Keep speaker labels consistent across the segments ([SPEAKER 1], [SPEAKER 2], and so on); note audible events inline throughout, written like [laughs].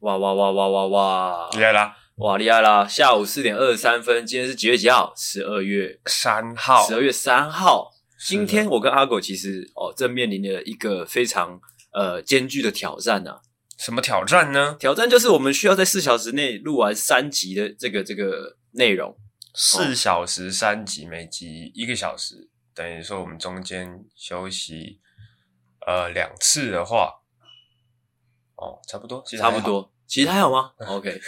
[SPEAKER 1] 哇哇哇哇哇哇！
[SPEAKER 2] 厉害啦！
[SPEAKER 1] 哇，厉害啦！下午四点二十三分，今天是几月几号？十二月
[SPEAKER 2] 三号，
[SPEAKER 1] 十二月三号。
[SPEAKER 2] 是的
[SPEAKER 1] 今天我跟阿狗其实哦，正面临了一个非常呃艰巨的挑战呐、
[SPEAKER 2] 什么挑战呢？
[SPEAKER 1] 挑战就是我们需要在四小时内录完三集的这个这个内容。嗯
[SPEAKER 2] 四小时三集，每集一个小时，等于说我们中间休息呃两次的话，哦，差不多，其实
[SPEAKER 1] 差
[SPEAKER 2] 还
[SPEAKER 1] 不
[SPEAKER 2] 好。
[SPEAKER 1] 多。其实还好吗
[SPEAKER 2] [laughs]
[SPEAKER 1] ？OK，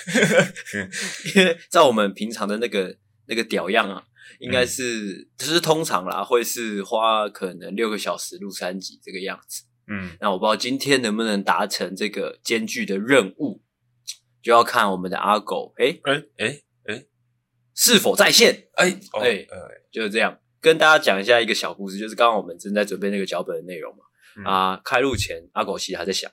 [SPEAKER 1] 因为在我们平常的那个那个屌样啊，应
[SPEAKER 2] 嗯
[SPEAKER 1] 该是、就是通常啦，会是花可能六个小时录三集这个样子。
[SPEAKER 2] 嗯，
[SPEAKER 1] 那我不知道今天能不能达成这个艰巨的任务，就要看我们的阿狗诶
[SPEAKER 2] 哎哎
[SPEAKER 1] 是否在线。
[SPEAKER 2] 哎哦
[SPEAKER 1] 哎
[SPEAKER 2] 呃
[SPEAKER 1] 就是这样，跟大家讲一下一个小故事，就是刚刚我们正在准备那个脚本的内容嘛。
[SPEAKER 2] 嗯
[SPEAKER 1] 啊，开录前阿狗其实还在想，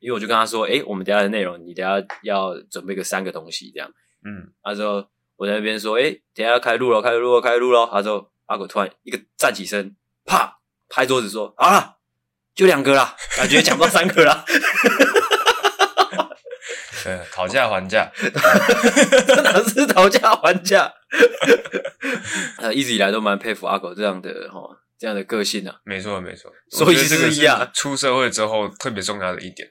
[SPEAKER 1] 因为我就跟他说，诶、我们等一下的内容你等一下要准备个三个东西这样。
[SPEAKER 2] 嗯，
[SPEAKER 1] 他说我在那边说，哎、等一下要开录了，开录了，开录了。他说阿狗突然一个站起身，啪拍桌子说，好了，就两个啦，感觉讲不到三个啦，
[SPEAKER 2] 呃，讨价还价，
[SPEAKER 1] [laughs] 哪是讨价还 [laughs] 价？呃，一直以来都蛮佩服阿狗这样的哈，这样的个性啊，
[SPEAKER 2] 没错没错。
[SPEAKER 1] [laughs] 所以
[SPEAKER 2] 我觉得这个
[SPEAKER 1] 是一样
[SPEAKER 2] 出社会之后特别重要的一点，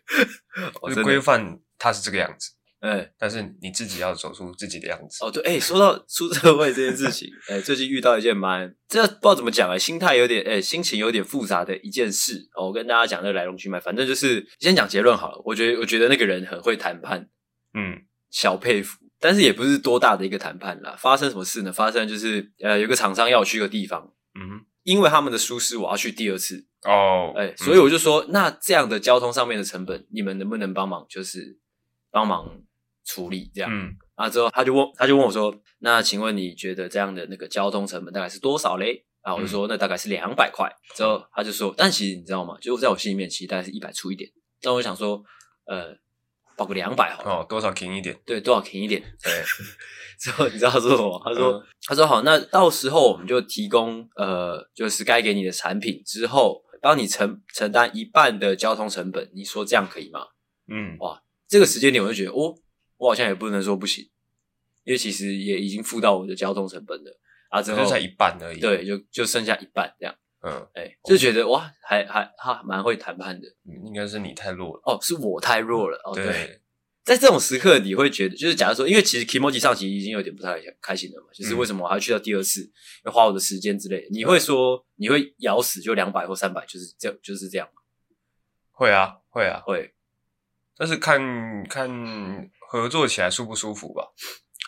[SPEAKER 1] 哦、
[SPEAKER 2] 就是
[SPEAKER 1] 真
[SPEAKER 2] 规
[SPEAKER 1] 的，
[SPEAKER 2] 范它是这个样子，
[SPEAKER 1] 哎、
[SPEAKER 2] 但是你自己要走出自己的样子。
[SPEAKER 1] 哦，对，哎、说到出社会这件事情，哎、 [laughs] 最近遇到一件蛮，这不知道怎么讲哎、心态有点，哎、心情有点复杂的一件事。哦、我跟大家讲这个来龙去脉，反正就是先讲结论好了。我觉得，我觉得那个人很会谈判，
[SPEAKER 2] 嗯
[SPEAKER 1] 小佩服，但是也不是多大的一个谈判啦。发生什么事呢？发生就是，呃，有个厂商要我去一个地方，
[SPEAKER 2] 嗯
[SPEAKER 1] 因为他们的疏失，我要去第二次。
[SPEAKER 2] 哼哦，
[SPEAKER 1] 哎、
[SPEAKER 2] 嗯
[SPEAKER 1] 所以我就说，那这样的交通上面的成本，你们能不能帮忙，就是帮忙处理这样？
[SPEAKER 2] 嗯
[SPEAKER 1] 啊，之后他就问，他就问我说：“那请问你觉得这样的那个交通成本大概是多少嘞？”啊，
[SPEAKER 2] 嗯
[SPEAKER 1] 我就说那大概是两百块。之后他就说，但其实你知道吗？就在我心里面，其实大概是一百出一点。但我想说，呃，报个两百好了，
[SPEAKER 2] 哦，多少停一点，
[SPEAKER 1] 对，多少便宜一
[SPEAKER 2] [laughs]
[SPEAKER 1] 点。
[SPEAKER 2] 对，
[SPEAKER 1] 之后你知道他说什么？他说、
[SPEAKER 2] 嗯
[SPEAKER 1] 他说好，那到时候我们就提供呃，就是该给你的产品之后，帮你承承担一半的交通成本。你说这样可以吗？
[SPEAKER 2] 嗯
[SPEAKER 1] 这个时间点，我就觉得，哦，我好像也不能说不行，因为其实也已经付到我的交通成本了啊，之
[SPEAKER 2] 可
[SPEAKER 1] 后
[SPEAKER 2] 是才一半而已。，
[SPEAKER 1] 对，就就剩下一半这样，
[SPEAKER 2] 嗯，
[SPEAKER 1] 哎、就觉得哇，还还哈蛮会谈判的
[SPEAKER 2] 应该是你太弱了。
[SPEAKER 1] 哦，是我太弱了哦，对，
[SPEAKER 2] 对，
[SPEAKER 1] 在这种时刻，你会觉得，就是假如说，因为其实 Kimoji 上期已经有点不太开心了嘛，就是为什么我还要去到第二次，要花我的时间之类的，你会说你会咬死就两百或三百，就是这就是这样嘛，
[SPEAKER 2] [laughs] 会啊，会啊，
[SPEAKER 1] 会
[SPEAKER 2] 但是看看合作起来舒不舒服吧。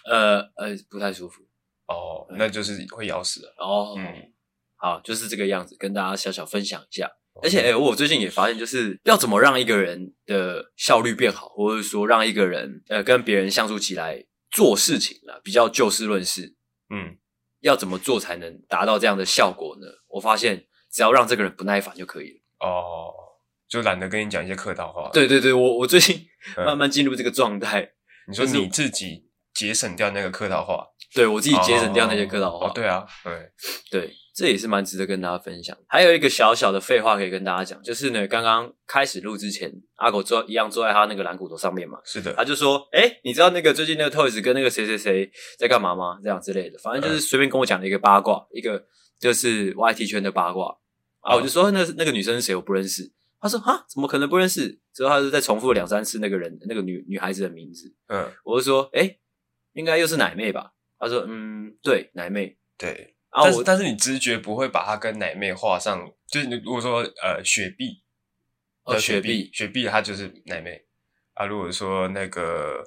[SPEAKER 1] 呃呃不太舒服
[SPEAKER 2] 哦，那就是会咬死的。
[SPEAKER 1] 哦。
[SPEAKER 2] 嗯，
[SPEAKER 1] 好，就是这个样子，跟大家小小分享一下。而且，哎、我最近也发现，就是要怎么让一个人的效率变好，或者说让一个人呃跟别人相处起来做事情啊，比较就事论事，
[SPEAKER 2] 嗯，
[SPEAKER 1] 要怎么做才能达到这样的效果呢？我发现只要让这个人不耐烦就可以了。
[SPEAKER 2] 哦，就懒得跟你讲一些客套话。，
[SPEAKER 1] 对对对，我我最近
[SPEAKER 2] 嗯
[SPEAKER 1] 慢慢进入这个状态，
[SPEAKER 2] 你说
[SPEAKER 1] 就是
[SPEAKER 2] 你自己节省掉那个客套话，
[SPEAKER 1] 对我自己节省掉那些客套话。
[SPEAKER 2] 哦哦对啊，对，
[SPEAKER 1] 对，这也是蛮值得跟大家分享。还有一个小小的废话可以跟大家讲，就是呢，刚刚开始录之前，阿狗坐一样坐在他那个蓝骨头上面嘛，
[SPEAKER 2] 是的
[SPEAKER 1] 他。就说：“哎、你知道那个最近那个 Toys 跟那个谁谁谁在干嘛吗？这样之类的，反正
[SPEAKER 2] 嗯
[SPEAKER 1] 就是随便跟我讲了一个八卦，一个就是 YT 圈的八卦啊。”我就说：“那那个女生是谁？我不认识。”他说：“哈，怎么可能不认识？”之后他就再重复了两三次那个人那个女女孩子的名字。
[SPEAKER 2] 嗯，
[SPEAKER 1] 我就说：“哎、应该又是奶妹吧？”他说：“嗯，对，奶妹。
[SPEAKER 2] 对。”
[SPEAKER 1] 啊，
[SPEAKER 2] 但是
[SPEAKER 1] 我
[SPEAKER 2] 但是你直觉不会把它跟奶妹画上，就是你如果说呃雪碧，
[SPEAKER 1] 哦，
[SPEAKER 2] 的
[SPEAKER 1] 雪
[SPEAKER 2] 雪
[SPEAKER 1] 碧，
[SPEAKER 2] 雪碧她就是奶妹啊。如果说那个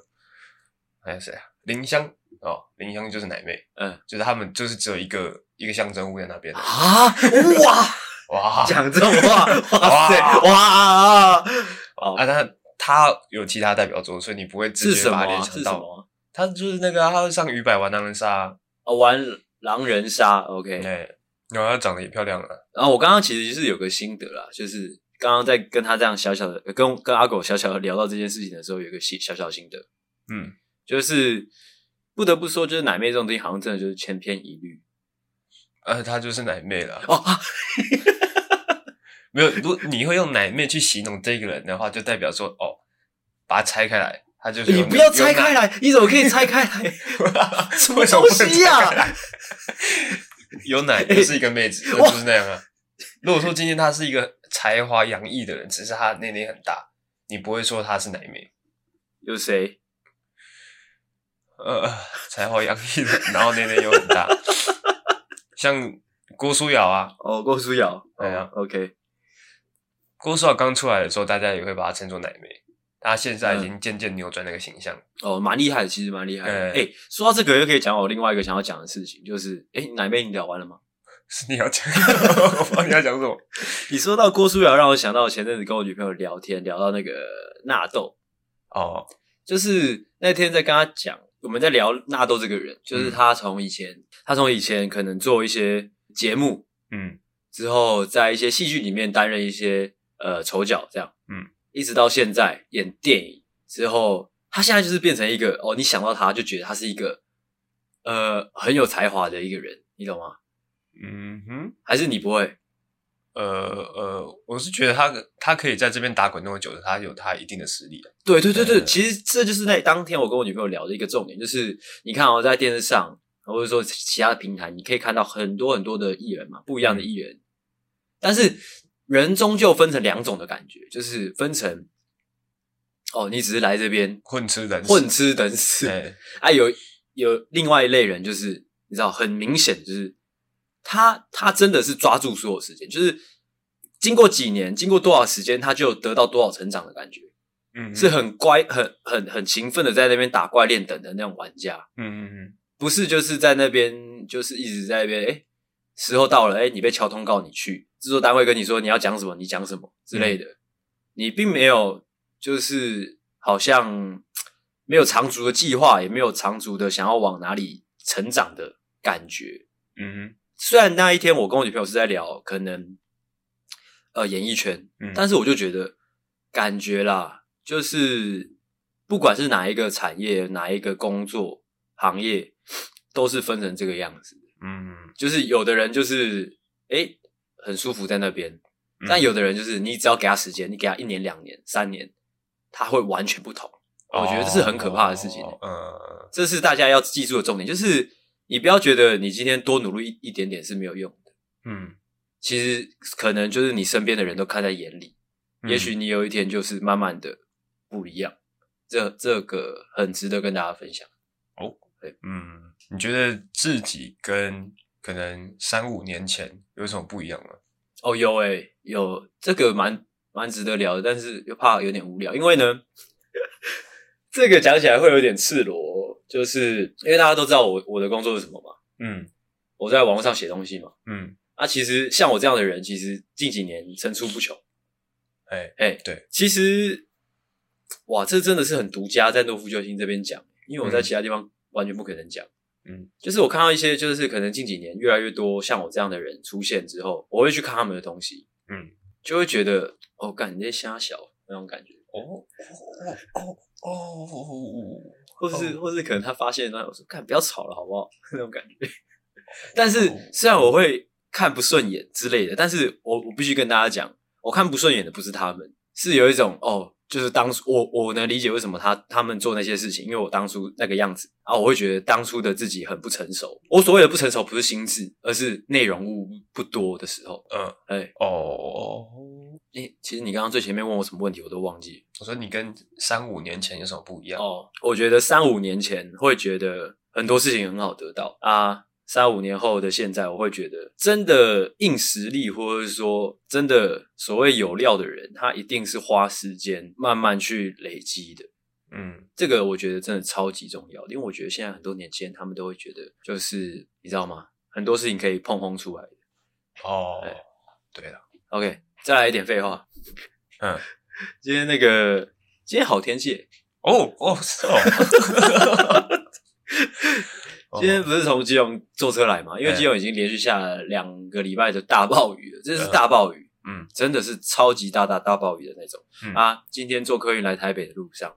[SPEAKER 2] 还有谁啊，林香哦，林香就是奶妹，
[SPEAKER 1] 嗯
[SPEAKER 2] 就是他们就是只有一个一个象征物在那边的。
[SPEAKER 1] 啊，哇，
[SPEAKER 2] 哇
[SPEAKER 1] 讲这种
[SPEAKER 2] [laughs]
[SPEAKER 1] 话，哇塞，
[SPEAKER 2] 哇
[SPEAKER 1] 哇，哦，
[SPEAKER 2] 啊，那他有其他代表作，所以你不会直
[SPEAKER 1] 是
[SPEAKER 2] 接
[SPEAKER 1] 什么
[SPEAKER 2] 把它
[SPEAKER 1] 啊、
[SPEAKER 2] 联
[SPEAKER 1] 是
[SPEAKER 2] 想
[SPEAKER 1] 什
[SPEAKER 2] 到。
[SPEAKER 1] 么啊？
[SPEAKER 2] 他就是那个啊、他上鱼百玩狼人杀啊，
[SPEAKER 1] 啊，玩狼人杀，OK。
[SPEAKER 2] 对，然后她长得也漂亮了，
[SPEAKER 1] 然后我刚刚其实是有个心得啦，就是刚刚在跟他这样小小的呃跟跟阿狗小小的聊到这件事情的时候，有一个心小小的心得，
[SPEAKER 2] 嗯，
[SPEAKER 1] 就是不得不说，就是奶妹这种东西好像真的就是千篇一律
[SPEAKER 2] 呃，她就是奶妹了。
[SPEAKER 1] [laughs] 哦。啊
[SPEAKER 2] 没有，如果你会用奶妹去形容这个人的话，就代表说哦，把它拆开来，他就是有
[SPEAKER 1] 哎你不要拆开，来，你怎么可以拆开来？
[SPEAKER 2] 有奶 [laughs]
[SPEAKER 1] 什么
[SPEAKER 2] 为什
[SPEAKER 1] 东
[SPEAKER 2] 么不能
[SPEAKER 1] 西啊呀、
[SPEAKER 2] 拆开来有奶就是一个妹
[SPEAKER 1] 哎
[SPEAKER 2] 子，那就是那样啊。如果说今天她是一个才华洋溢的人，只是她内内很大，你不会说她是奶妹。
[SPEAKER 1] 有谁？
[SPEAKER 2] 呃，才华洋溢的，然后内内又很大，像郭书瑶啊，
[SPEAKER 1] 哦，郭书瑶。
[SPEAKER 2] 哎呀
[SPEAKER 1] 哦，OK，
[SPEAKER 2] 郭书瑶刚出来的时候，大家也会把她称作奶妹。她现
[SPEAKER 1] 嗯
[SPEAKER 2] 在已经渐渐扭转那个形象。 [laughs]
[SPEAKER 1] 哦，蛮厉害的，其实蛮厉害的。哎、
[SPEAKER 2] 哎
[SPEAKER 1] 说到这个，又可以讲到我另外一个想要讲的事情，就是，哎、奶妹，你聊完了吗？
[SPEAKER 2] 是你要讲， [laughs] 我不知道你要讲什么。
[SPEAKER 1] 你说到郭书瑶，让我想到前阵子跟我女朋友聊天，聊到那个纳豆，
[SPEAKER 2] 哦，
[SPEAKER 1] 就是那天在跟她讲，我们在聊纳豆这个人，就是
[SPEAKER 2] 嗯
[SPEAKER 1] 他从以前，他从以前可能做一些节目，
[SPEAKER 2] 嗯
[SPEAKER 1] 之后在一些戏剧里面担任一些呃丑角，这样，
[SPEAKER 2] 嗯，
[SPEAKER 1] 一直到现在演电影之后，他现在就是变成一个哦，你想到他就觉得他是一个呃很有才华的一个人，你懂吗？
[SPEAKER 2] 嗯哼。
[SPEAKER 1] 还是你不会？
[SPEAKER 2] 呃呃，我是觉得他他可以在这边打滚那么久的，他有他一定的实力的。
[SPEAKER 1] 对对对对，
[SPEAKER 2] 对
[SPEAKER 1] 其实这就是那当天我跟我女朋友聊的一个重点，就是你看哦，在电视上或者说其他的平台，你可以看到很多很多的艺人嘛，不一样的
[SPEAKER 2] 嗯
[SPEAKER 1] 艺人，但是人终究分成两种的感觉，就是分成哦，你只是来这边
[SPEAKER 2] 混吃人死
[SPEAKER 1] 混吃等死。
[SPEAKER 2] 哎
[SPEAKER 1] 啊，有有另外一类人，就是你知道，很明显就是他他真的是抓住所有时间，就是经过几年，经过多少时间，他就得到多少成长的感觉，
[SPEAKER 2] 嗯
[SPEAKER 1] 是很乖、很很很勤奋的在那边打怪练等的那种玩家，
[SPEAKER 2] 嗯嗯
[SPEAKER 1] 不是就是在那边就是一直在那边，哎、时候到了，哎、你被敲通告，你去制作单位跟你说你要讲什么，你讲什么之类的，你并没有就是好像没有长足的计划，也没有长足的想要往哪里成长的感觉。
[SPEAKER 2] 嗯
[SPEAKER 1] 虽然那一天我跟我女朋友是在聊可能呃演艺圈，
[SPEAKER 2] 嗯，
[SPEAKER 1] 但
[SPEAKER 2] 是
[SPEAKER 1] 是我就觉得感觉啦，就是不管是哪一个产业、哪一个工作行业，都是分成这个样子。
[SPEAKER 2] 嗯，
[SPEAKER 1] 就是有的人就是诶、很舒服在那边，
[SPEAKER 2] 嗯
[SPEAKER 1] 但有的人就是你只要给他时间，你给他一年、两年、三年，他会完全不同。我觉得这是很可怕的事情、欸
[SPEAKER 2] 哦呃，
[SPEAKER 1] 这是大家要记住的重点，就是你不要觉得你今天多努力一一点点是没有用的，
[SPEAKER 2] 嗯，
[SPEAKER 1] 其实可能就是你身边的人都看在眼里，
[SPEAKER 2] 嗯
[SPEAKER 1] 也许你有一天就是慢慢的不一样。这这个很值得跟大家分享。
[SPEAKER 2] 嗯，你觉得自己跟可能三五年前有什么不一样吗？
[SPEAKER 1] 哦，有诶、有这个蛮蛮值得聊的，但是又怕有点无聊，因为呢， [laughs] 这个讲起来会有点赤裸，哦就是因为大家都知道我我的工作是什么嘛，
[SPEAKER 2] 嗯
[SPEAKER 1] 我在网络上写东西嘛。
[SPEAKER 2] 嗯，
[SPEAKER 1] 啊，其实像我这样的人，其实近几年层出不穷。
[SPEAKER 2] 哎
[SPEAKER 1] 哎、
[SPEAKER 2] 对，
[SPEAKER 1] 其实哇，这真的是很独家，在诺夫救星这边讲，因为我在其他地方完全不可能讲。
[SPEAKER 2] 嗯，
[SPEAKER 1] 就是我看到一些，就是可能近几年越来越多像我这样的人出现之后，我会去看他们的东西，
[SPEAKER 2] 嗯，
[SPEAKER 1] 就会觉得哦，干你这些瞎小那种感觉，
[SPEAKER 2] 哦哦哦哦，
[SPEAKER 1] 或是、
[SPEAKER 2] 哦
[SPEAKER 1] 或是可能他发现那我说干不要吵了好不好 [laughs] 那种感觉。但是虽然我会看不顺眼之类的，但是我我必须跟大家讲，我看不顺眼的不是他们，是有一种哦，就是当初我我能理解为什么他他们做那些事情，因为我当初那个样子啊，我会觉得当初的自己很不成熟。我所谓的不成熟不是心智，而是内容物不多的时候。
[SPEAKER 2] 嗯
[SPEAKER 1] 哎、
[SPEAKER 2] 哦，
[SPEAKER 1] 诶、其实你刚刚最前面问我什么问题，我都忘记了。
[SPEAKER 2] 我说你跟三五年前有什么不一样？
[SPEAKER 1] 哦，我觉得三五年前会觉得很多事情很好得到啊，三五年后的现在，我会觉得真的硬实力，或者是说真的所谓有料的人，他一定是花时间慢慢去累积的。
[SPEAKER 2] 嗯
[SPEAKER 1] 这个我觉得真的超级重要，因为我觉得现在很多年轻人他们都会觉得，就是你知道吗？很多事情可以碰轰出来的。
[SPEAKER 2] 哦
[SPEAKER 1] 哎，
[SPEAKER 2] 对了，
[SPEAKER 1] OK，再来一点废话。
[SPEAKER 2] 嗯。
[SPEAKER 1] 今天那个今天好天气耶，
[SPEAKER 2] 哦哦是哦，
[SPEAKER 1] [laughs] 今
[SPEAKER 2] 哦
[SPEAKER 1] 天不是从基隆坐车来嘛？因为
[SPEAKER 2] 嗯
[SPEAKER 1] 基隆已经连续下了两个礼拜的大暴雨了，这是大暴雨，
[SPEAKER 2] 嗯
[SPEAKER 1] 真的是超级大大大暴雨的那种、
[SPEAKER 2] 嗯
[SPEAKER 1] 啊！今天坐客运来台北的路上，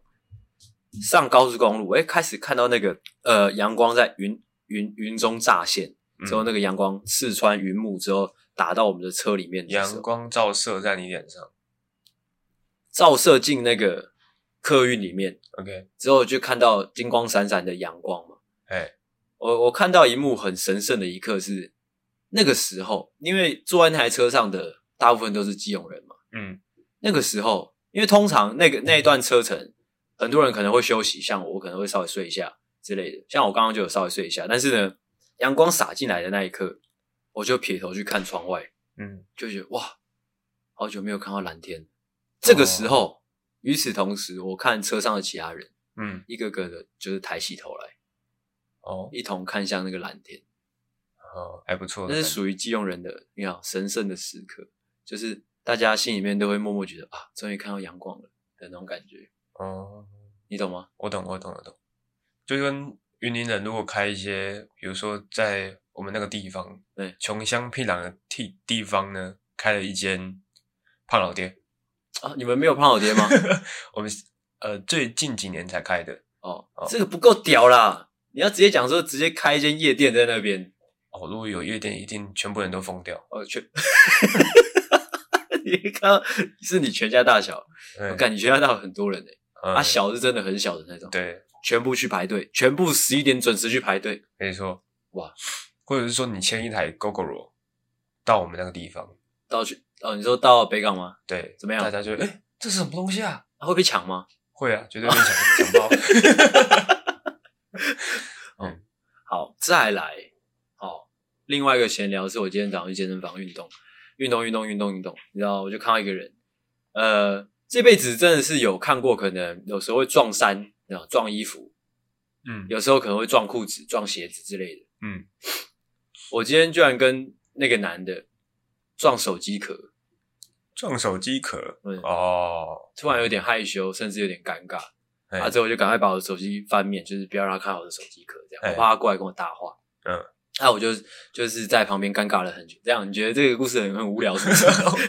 [SPEAKER 1] 上高速公路，哎、开始看到那个呃阳光在云云云中乍现，
[SPEAKER 2] 嗯
[SPEAKER 1] 之后那个阳光刺穿云幕之后打到我们的车里面的时候，
[SPEAKER 2] 阳光照射在你脸上，
[SPEAKER 1] 照射进那个客运里面，
[SPEAKER 2] OK，
[SPEAKER 1] 之后就看到金光闪闪的阳光嘛。
[SPEAKER 2] 哎，
[SPEAKER 1] 我我看到一幕很神圣的一刻是那个时候，因为坐在那台车上的大部分都是基隆人嘛。
[SPEAKER 2] 嗯
[SPEAKER 1] 那个时候，因为通常那个那一段车程，很多人可能会休息，像我我可能会稍微睡一下之类的。像我刚刚就有稍微睡一下，但是呢，阳光洒进来的那一刻，我就撇头去看窗外，
[SPEAKER 2] 嗯，
[SPEAKER 1] 就觉得哇，好久没有看到蓝天。这个时候，与此同时，我看车上的其他人，
[SPEAKER 2] 嗯，
[SPEAKER 1] 一个个的就是抬起头来，
[SPEAKER 2] 哦，
[SPEAKER 1] 一同看向那个蓝天。
[SPEAKER 2] 哦，还不错
[SPEAKER 1] 那
[SPEAKER 2] 的感
[SPEAKER 1] 是
[SPEAKER 2] 觉，
[SPEAKER 1] 属于基隆人的，你好神圣的时刻，就是大家心里面都会默默觉得啊，终于看到阳光了的那种感觉，
[SPEAKER 2] 哦，
[SPEAKER 1] 你懂吗？
[SPEAKER 2] 我懂，我懂，我懂。就跟云林人如果开一些，比如说在我们那个地方，
[SPEAKER 1] 对，
[SPEAKER 2] 穷乡僻壤的地地方呢，开了一间胖老爹。
[SPEAKER 1] 啊，你们没有胖老爹吗？
[SPEAKER 2] [laughs]
[SPEAKER 1] [laughs]
[SPEAKER 2] 我们呃最近几年才开的。
[SPEAKER 1] 哦
[SPEAKER 2] 哦，
[SPEAKER 1] 这个不够屌啦！你要直接讲说直接开一间夜店在那边，
[SPEAKER 2] 哦，如果有夜店，一定全部人都疯掉。
[SPEAKER 1] 哦，全， [laughs] 你看是你全家大小，
[SPEAKER 2] 嗯
[SPEAKER 1] 我看你全家大小很多人诶、
[SPEAKER 2] 嗯
[SPEAKER 1] 啊，小是真的很小的那种，，
[SPEAKER 2] 对，
[SPEAKER 1] 全部去排队，全部十一点准时去排队，
[SPEAKER 2] 没错。
[SPEAKER 1] 哇，
[SPEAKER 2] 或者是说你牵一台 GoGoRo 到我们那个地方，
[SPEAKER 1] 到去哦，你说到北港吗？
[SPEAKER 2] 对，
[SPEAKER 1] 怎么样
[SPEAKER 2] 大家就哎、诶这是什么东西啊？
[SPEAKER 1] 啊、会被抢吗？
[SPEAKER 2] 会啊，绝对
[SPEAKER 1] [laughs]
[SPEAKER 2] 会抢抢包。
[SPEAKER 1] 好，再来，好，另外一个闲聊是我今天早上去健身房运动，运动运动运动运动，你知道，我就看到一个人，呃，这辈子真的是有看过，可能有时候会撞衫，你知道撞衣服，
[SPEAKER 2] 嗯
[SPEAKER 1] 有时候可能会撞裤子、撞鞋子之类的。
[SPEAKER 2] 嗯，
[SPEAKER 1] 我今天居然跟那个男的撞手机壳，
[SPEAKER 2] 撞手机壳
[SPEAKER 1] 嗯
[SPEAKER 2] 哦，
[SPEAKER 1] 突然有点害羞，甚至有点尴尬。
[SPEAKER 2] 哎
[SPEAKER 1] 啊，之后我就赶快把我的手机翻面，就是不要让他看到我的手机壳，这样
[SPEAKER 2] 哎
[SPEAKER 1] 我怕他过来跟我搭话。
[SPEAKER 2] 嗯，
[SPEAKER 1] 那我就就是在旁边尴尬了很久。这样你觉得这个故事很很无聊是不是？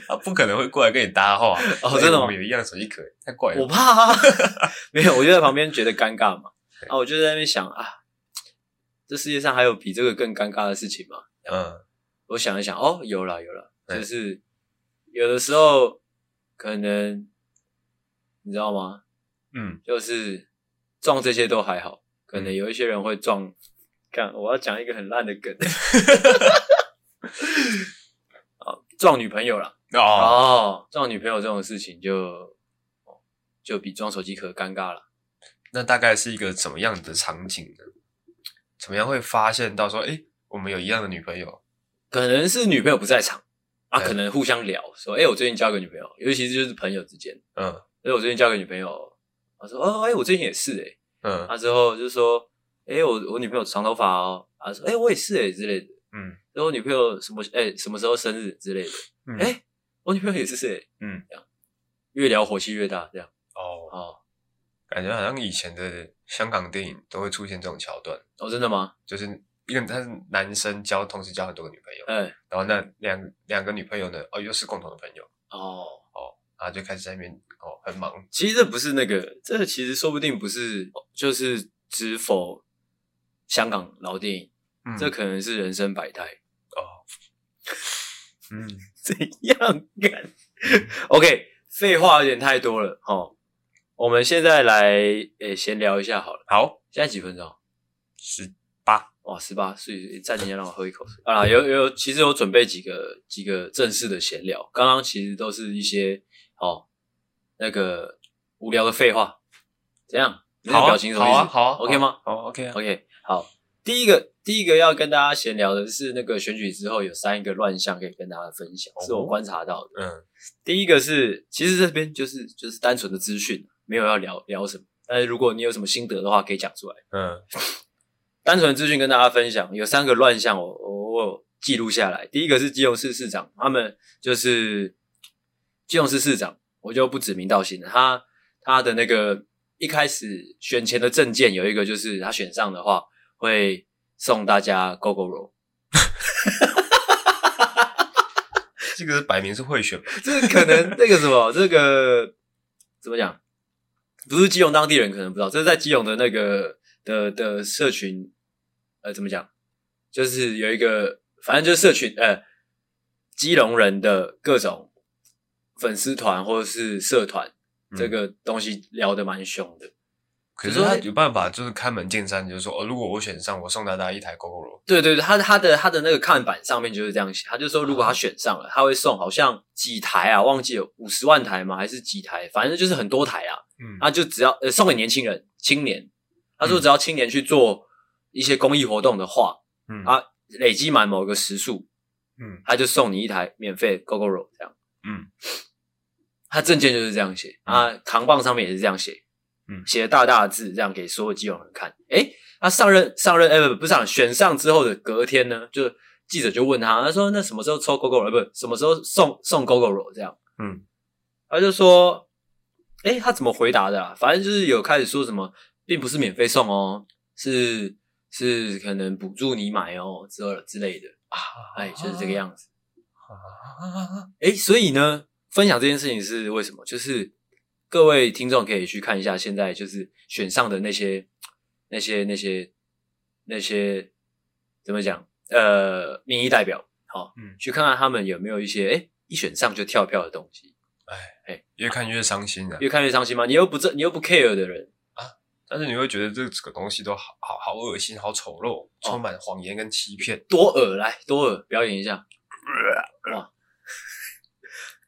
[SPEAKER 2] 他不可能会过来跟你搭话
[SPEAKER 1] 哦真的吗
[SPEAKER 2] 我们有一样手机壳，太怪
[SPEAKER 1] 我
[SPEAKER 2] 了。
[SPEAKER 1] 怕啊， [laughs] 没有，我就在旁边觉得尴尬嘛。
[SPEAKER 2] 对
[SPEAKER 1] 啊，我就在那边想啊，这世界上还有比这个更尴尬的事情吗？
[SPEAKER 2] 嗯
[SPEAKER 1] 我想一想，哦，有了有了，
[SPEAKER 2] 对
[SPEAKER 1] 就是有的时候可能你知道吗？
[SPEAKER 2] 嗯，
[SPEAKER 1] 就是撞这些都还好，可能
[SPEAKER 2] 嗯
[SPEAKER 1] 有一些人会撞。看，我要讲一个很烂的梗， [laughs] 啊，撞女朋友啦。
[SPEAKER 2] 哦，
[SPEAKER 1] 哦，撞女朋友这种事情就就比撞手机壳尴尬了。
[SPEAKER 2] 那大概是一个怎么样的场景呢？怎么样会发现到说，诶，我们有一样的女朋友？
[SPEAKER 1] 可能是女朋友不在场啊，
[SPEAKER 2] 对
[SPEAKER 1] 可能互相聊说，哎、我最近交个女朋友，尤其是就是朋友之间，
[SPEAKER 2] 嗯
[SPEAKER 1] 所以我最近交个女朋友，他说，哦，哎、我最近也是哎、
[SPEAKER 2] 嗯
[SPEAKER 1] 啊之后就说，哎、我我女朋友长头发哦，啊说，哎、我也是哎、之类的，
[SPEAKER 2] 嗯
[SPEAKER 1] 然后我女朋友什么哎、什么时候生日之类的，
[SPEAKER 2] 嗯，
[SPEAKER 1] 哎、我女朋友也是哎、
[SPEAKER 2] 嗯，
[SPEAKER 1] 这样越聊火气越大，这样
[SPEAKER 2] 哦，
[SPEAKER 1] 哦
[SPEAKER 2] 感觉好像以前的香港电影都会出现这种桥段，
[SPEAKER 1] 哦真的吗？
[SPEAKER 2] 就是一个他是男生交，同时交很多个女朋友，
[SPEAKER 1] 哎、
[SPEAKER 2] 然后那两两个女朋友呢，哦，又是共同的朋友，
[SPEAKER 1] 哦，
[SPEAKER 2] 然后就开始在那边哦很忙，
[SPEAKER 1] 其实这不是那个，这其实说不定不是就是只否香港老电影。
[SPEAKER 2] 嗯
[SPEAKER 1] 这可能是人生百态。
[SPEAKER 2] 哦，嗯，
[SPEAKER 1] 怎样干？OK，废话有点太多了哦。我们现在来诶闲聊一下好了。
[SPEAKER 2] 好，
[SPEAKER 1] 现在几分钟？
[SPEAKER 2] 十八，
[SPEAKER 1] 哇，哦十八，所以暂停一下，让我喝一口水。啊，有有，其实有准备几个几个正式的闲聊，刚刚其实都是一些哦那个无聊的废话。怎样？你那
[SPEAKER 2] 好
[SPEAKER 1] 个
[SPEAKER 2] 啊
[SPEAKER 1] 表情什么
[SPEAKER 2] 好
[SPEAKER 1] 意思？
[SPEAKER 2] 啊，好啊
[SPEAKER 1] o k 吗？？
[SPEAKER 2] 好啊，OK 啊，
[SPEAKER 1] OK，好，第一个第一个要跟大家闲聊的是那个选举之后有三个乱象可以跟大家分享，
[SPEAKER 2] 哦
[SPEAKER 1] 是我观察到的。
[SPEAKER 2] 嗯
[SPEAKER 1] 第一个是，其实这边就是就是单纯的资讯，没有要聊聊什么。但是如果你有什么心得的话，可以讲出来。
[SPEAKER 2] 嗯
[SPEAKER 1] 单纯的资讯跟大家分享，有三个乱象我，我我有记录下来。第一个是基隆市市长，他们就是基隆市市长，我就不指名道姓了。他他的那个一开始选前的证件有一个，就是他选上的话会送大家 GoGo Roll，
[SPEAKER 2] 这个是摆明是贿选吧？
[SPEAKER 1] 这可能那个什么， [laughs] 这个怎么讲？不是基隆当地人可能不知道，这是在基隆的那个的的社群，呃，怎么讲？就是有一个，反正就是社群，呃，基隆人的各种粉丝团或者是社团，这个东西聊得蛮凶的。
[SPEAKER 2] 可
[SPEAKER 1] 就是说他
[SPEAKER 2] 他有办法，就是开门见山，就是说，哦，如果我选上，我送大家一台 GoGo 罗。
[SPEAKER 1] 对对对，他他的他的那个看板上面就是这样写，他就说如果他选上了，他会送好像几台啊，忘记了五十万台吗？还是几台？反正就是很多台啊。
[SPEAKER 2] 嗯
[SPEAKER 1] 啊，就只要呃送给年轻人、青年。他说只要青年去做一些公益活动的话，
[SPEAKER 2] 嗯
[SPEAKER 1] 啊累积满某个时数，
[SPEAKER 2] 嗯
[SPEAKER 1] 他就送你一台免费 GoGo r o 这样。
[SPEAKER 2] 嗯，
[SPEAKER 1] 他证件就是这样写、啊，扛棒上面也是这样写，
[SPEAKER 2] 嗯
[SPEAKER 1] 写的大大的字，这样给所有基隆人看。诶，他上任上任哎、不不是上任选上之后的隔天呢，就记者就问他，他说那什么时候抽 GoGo 罗？不，什么时候送送 GoGo 罗这样？
[SPEAKER 2] 嗯
[SPEAKER 1] 他就说，诶，他怎么回答的、啊？反正就是有开始说什么，并不是免费送哦，是是可能补助你买哦，之类之类的。
[SPEAKER 2] 啊，
[SPEAKER 1] 哎，就是这个样子。
[SPEAKER 2] 啊。
[SPEAKER 1] 哎，所以呢，分享这件事情是为什么？就是各位听众可以去看一下，现在就是选上的那些、那些、那些、那些怎么讲？呃，民意代表，好、
[SPEAKER 2] 嗯
[SPEAKER 1] 去看看他们有没有一些哎一选上就跳票的东西，
[SPEAKER 2] 越看越伤心啊！
[SPEAKER 1] 越看越伤心吗？你又不这，你又不 care 的人，
[SPEAKER 2] 但是你会觉得这个东西都好好好恶心、好丑
[SPEAKER 1] 哦
[SPEAKER 2] 陋，充满谎言跟欺骗。
[SPEAKER 1] 多耳来多耳表演一下，哇！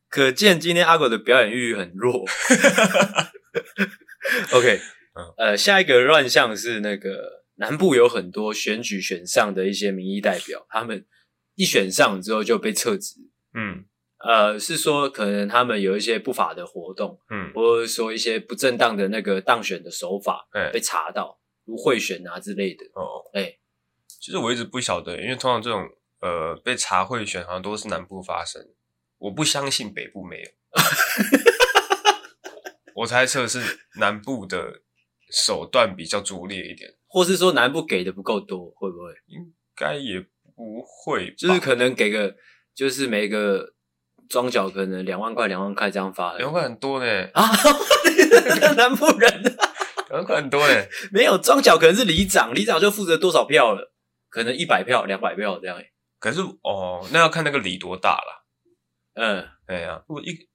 [SPEAKER 1] 可见今天阿狗的表演欲很弱。OK，
[SPEAKER 2] 嗯
[SPEAKER 1] 呃，下一个乱象是那个南部有很多选举选上的一些民意代表，他们一选上之后就被撤职，
[SPEAKER 2] 嗯
[SPEAKER 1] 呃，是说可能他们有一些不法的活动，
[SPEAKER 2] 嗯，
[SPEAKER 1] 或者说一些不正当的那个当选的手法
[SPEAKER 2] 哎
[SPEAKER 1] 被查到，如贿选啊之类的。
[SPEAKER 2] 哦，
[SPEAKER 1] 哎，
[SPEAKER 2] 其实我一直不晓得，因为通常这种呃被查贿选好像都是南部发生，我不相信北
[SPEAKER 1] [laughs]
[SPEAKER 2] 部没有。我猜测是南部的手段比较拙劣一点，
[SPEAKER 1] 或是说南部给的不够多，会不会？
[SPEAKER 2] 该也不会吧，
[SPEAKER 1] 就是可能给个，就是每个庄脚可能两万块、两万块这样发而已
[SPEAKER 2] 两块很多
[SPEAKER 1] [laughs]
[SPEAKER 2] 呢，
[SPEAKER 1] 啊， [laughs] 南部人啊
[SPEAKER 2] 两块很多呢。
[SPEAKER 1] 没有庄脚可能是里长，里长就负责多少票了，可能一百票、两百票这样、欸。
[SPEAKER 2] 可是哦，那要看那个里多大了。
[SPEAKER 1] 嗯，
[SPEAKER 2] 哎呀、如果一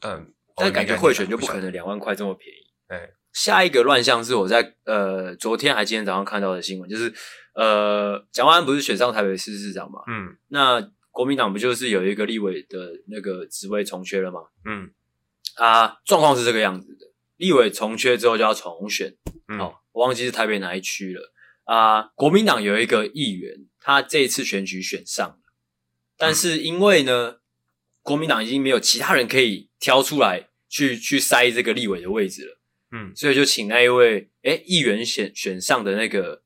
[SPEAKER 2] 但哦
[SPEAKER 1] 但感觉贿选就不可
[SPEAKER 2] 能。
[SPEAKER 1] 能两万块这么便宜。
[SPEAKER 2] 哎
[SPEAKER 1] 下一个乱象是我在呃昨天还今天早上看到的新闻，就是呃蒋万安不是选上台北市市长嘛？
[SPEAKER 2] 嗯
[SPEAKER 1] 那国民党不就是有一个立委的那个职位重缺了吗？
[SPEAKER 2] 嗯
[SPEAKER 1] 啊，状况是这个样子的：立委重缺之后就要重选，
[SPEAKER 2] 嗯，
[SPEAKER 1] 哦，我忘记是台北哪一区了。啊，国民党有一个议员，他这一次选举选上了，但是因为呢，国民党已经没有其他人可以挑出来去去塞这个立委的位置了，
[SPEAKER 2] 嗯
[SPEAKER 1] 所以就请那一位诶议员选选上的那个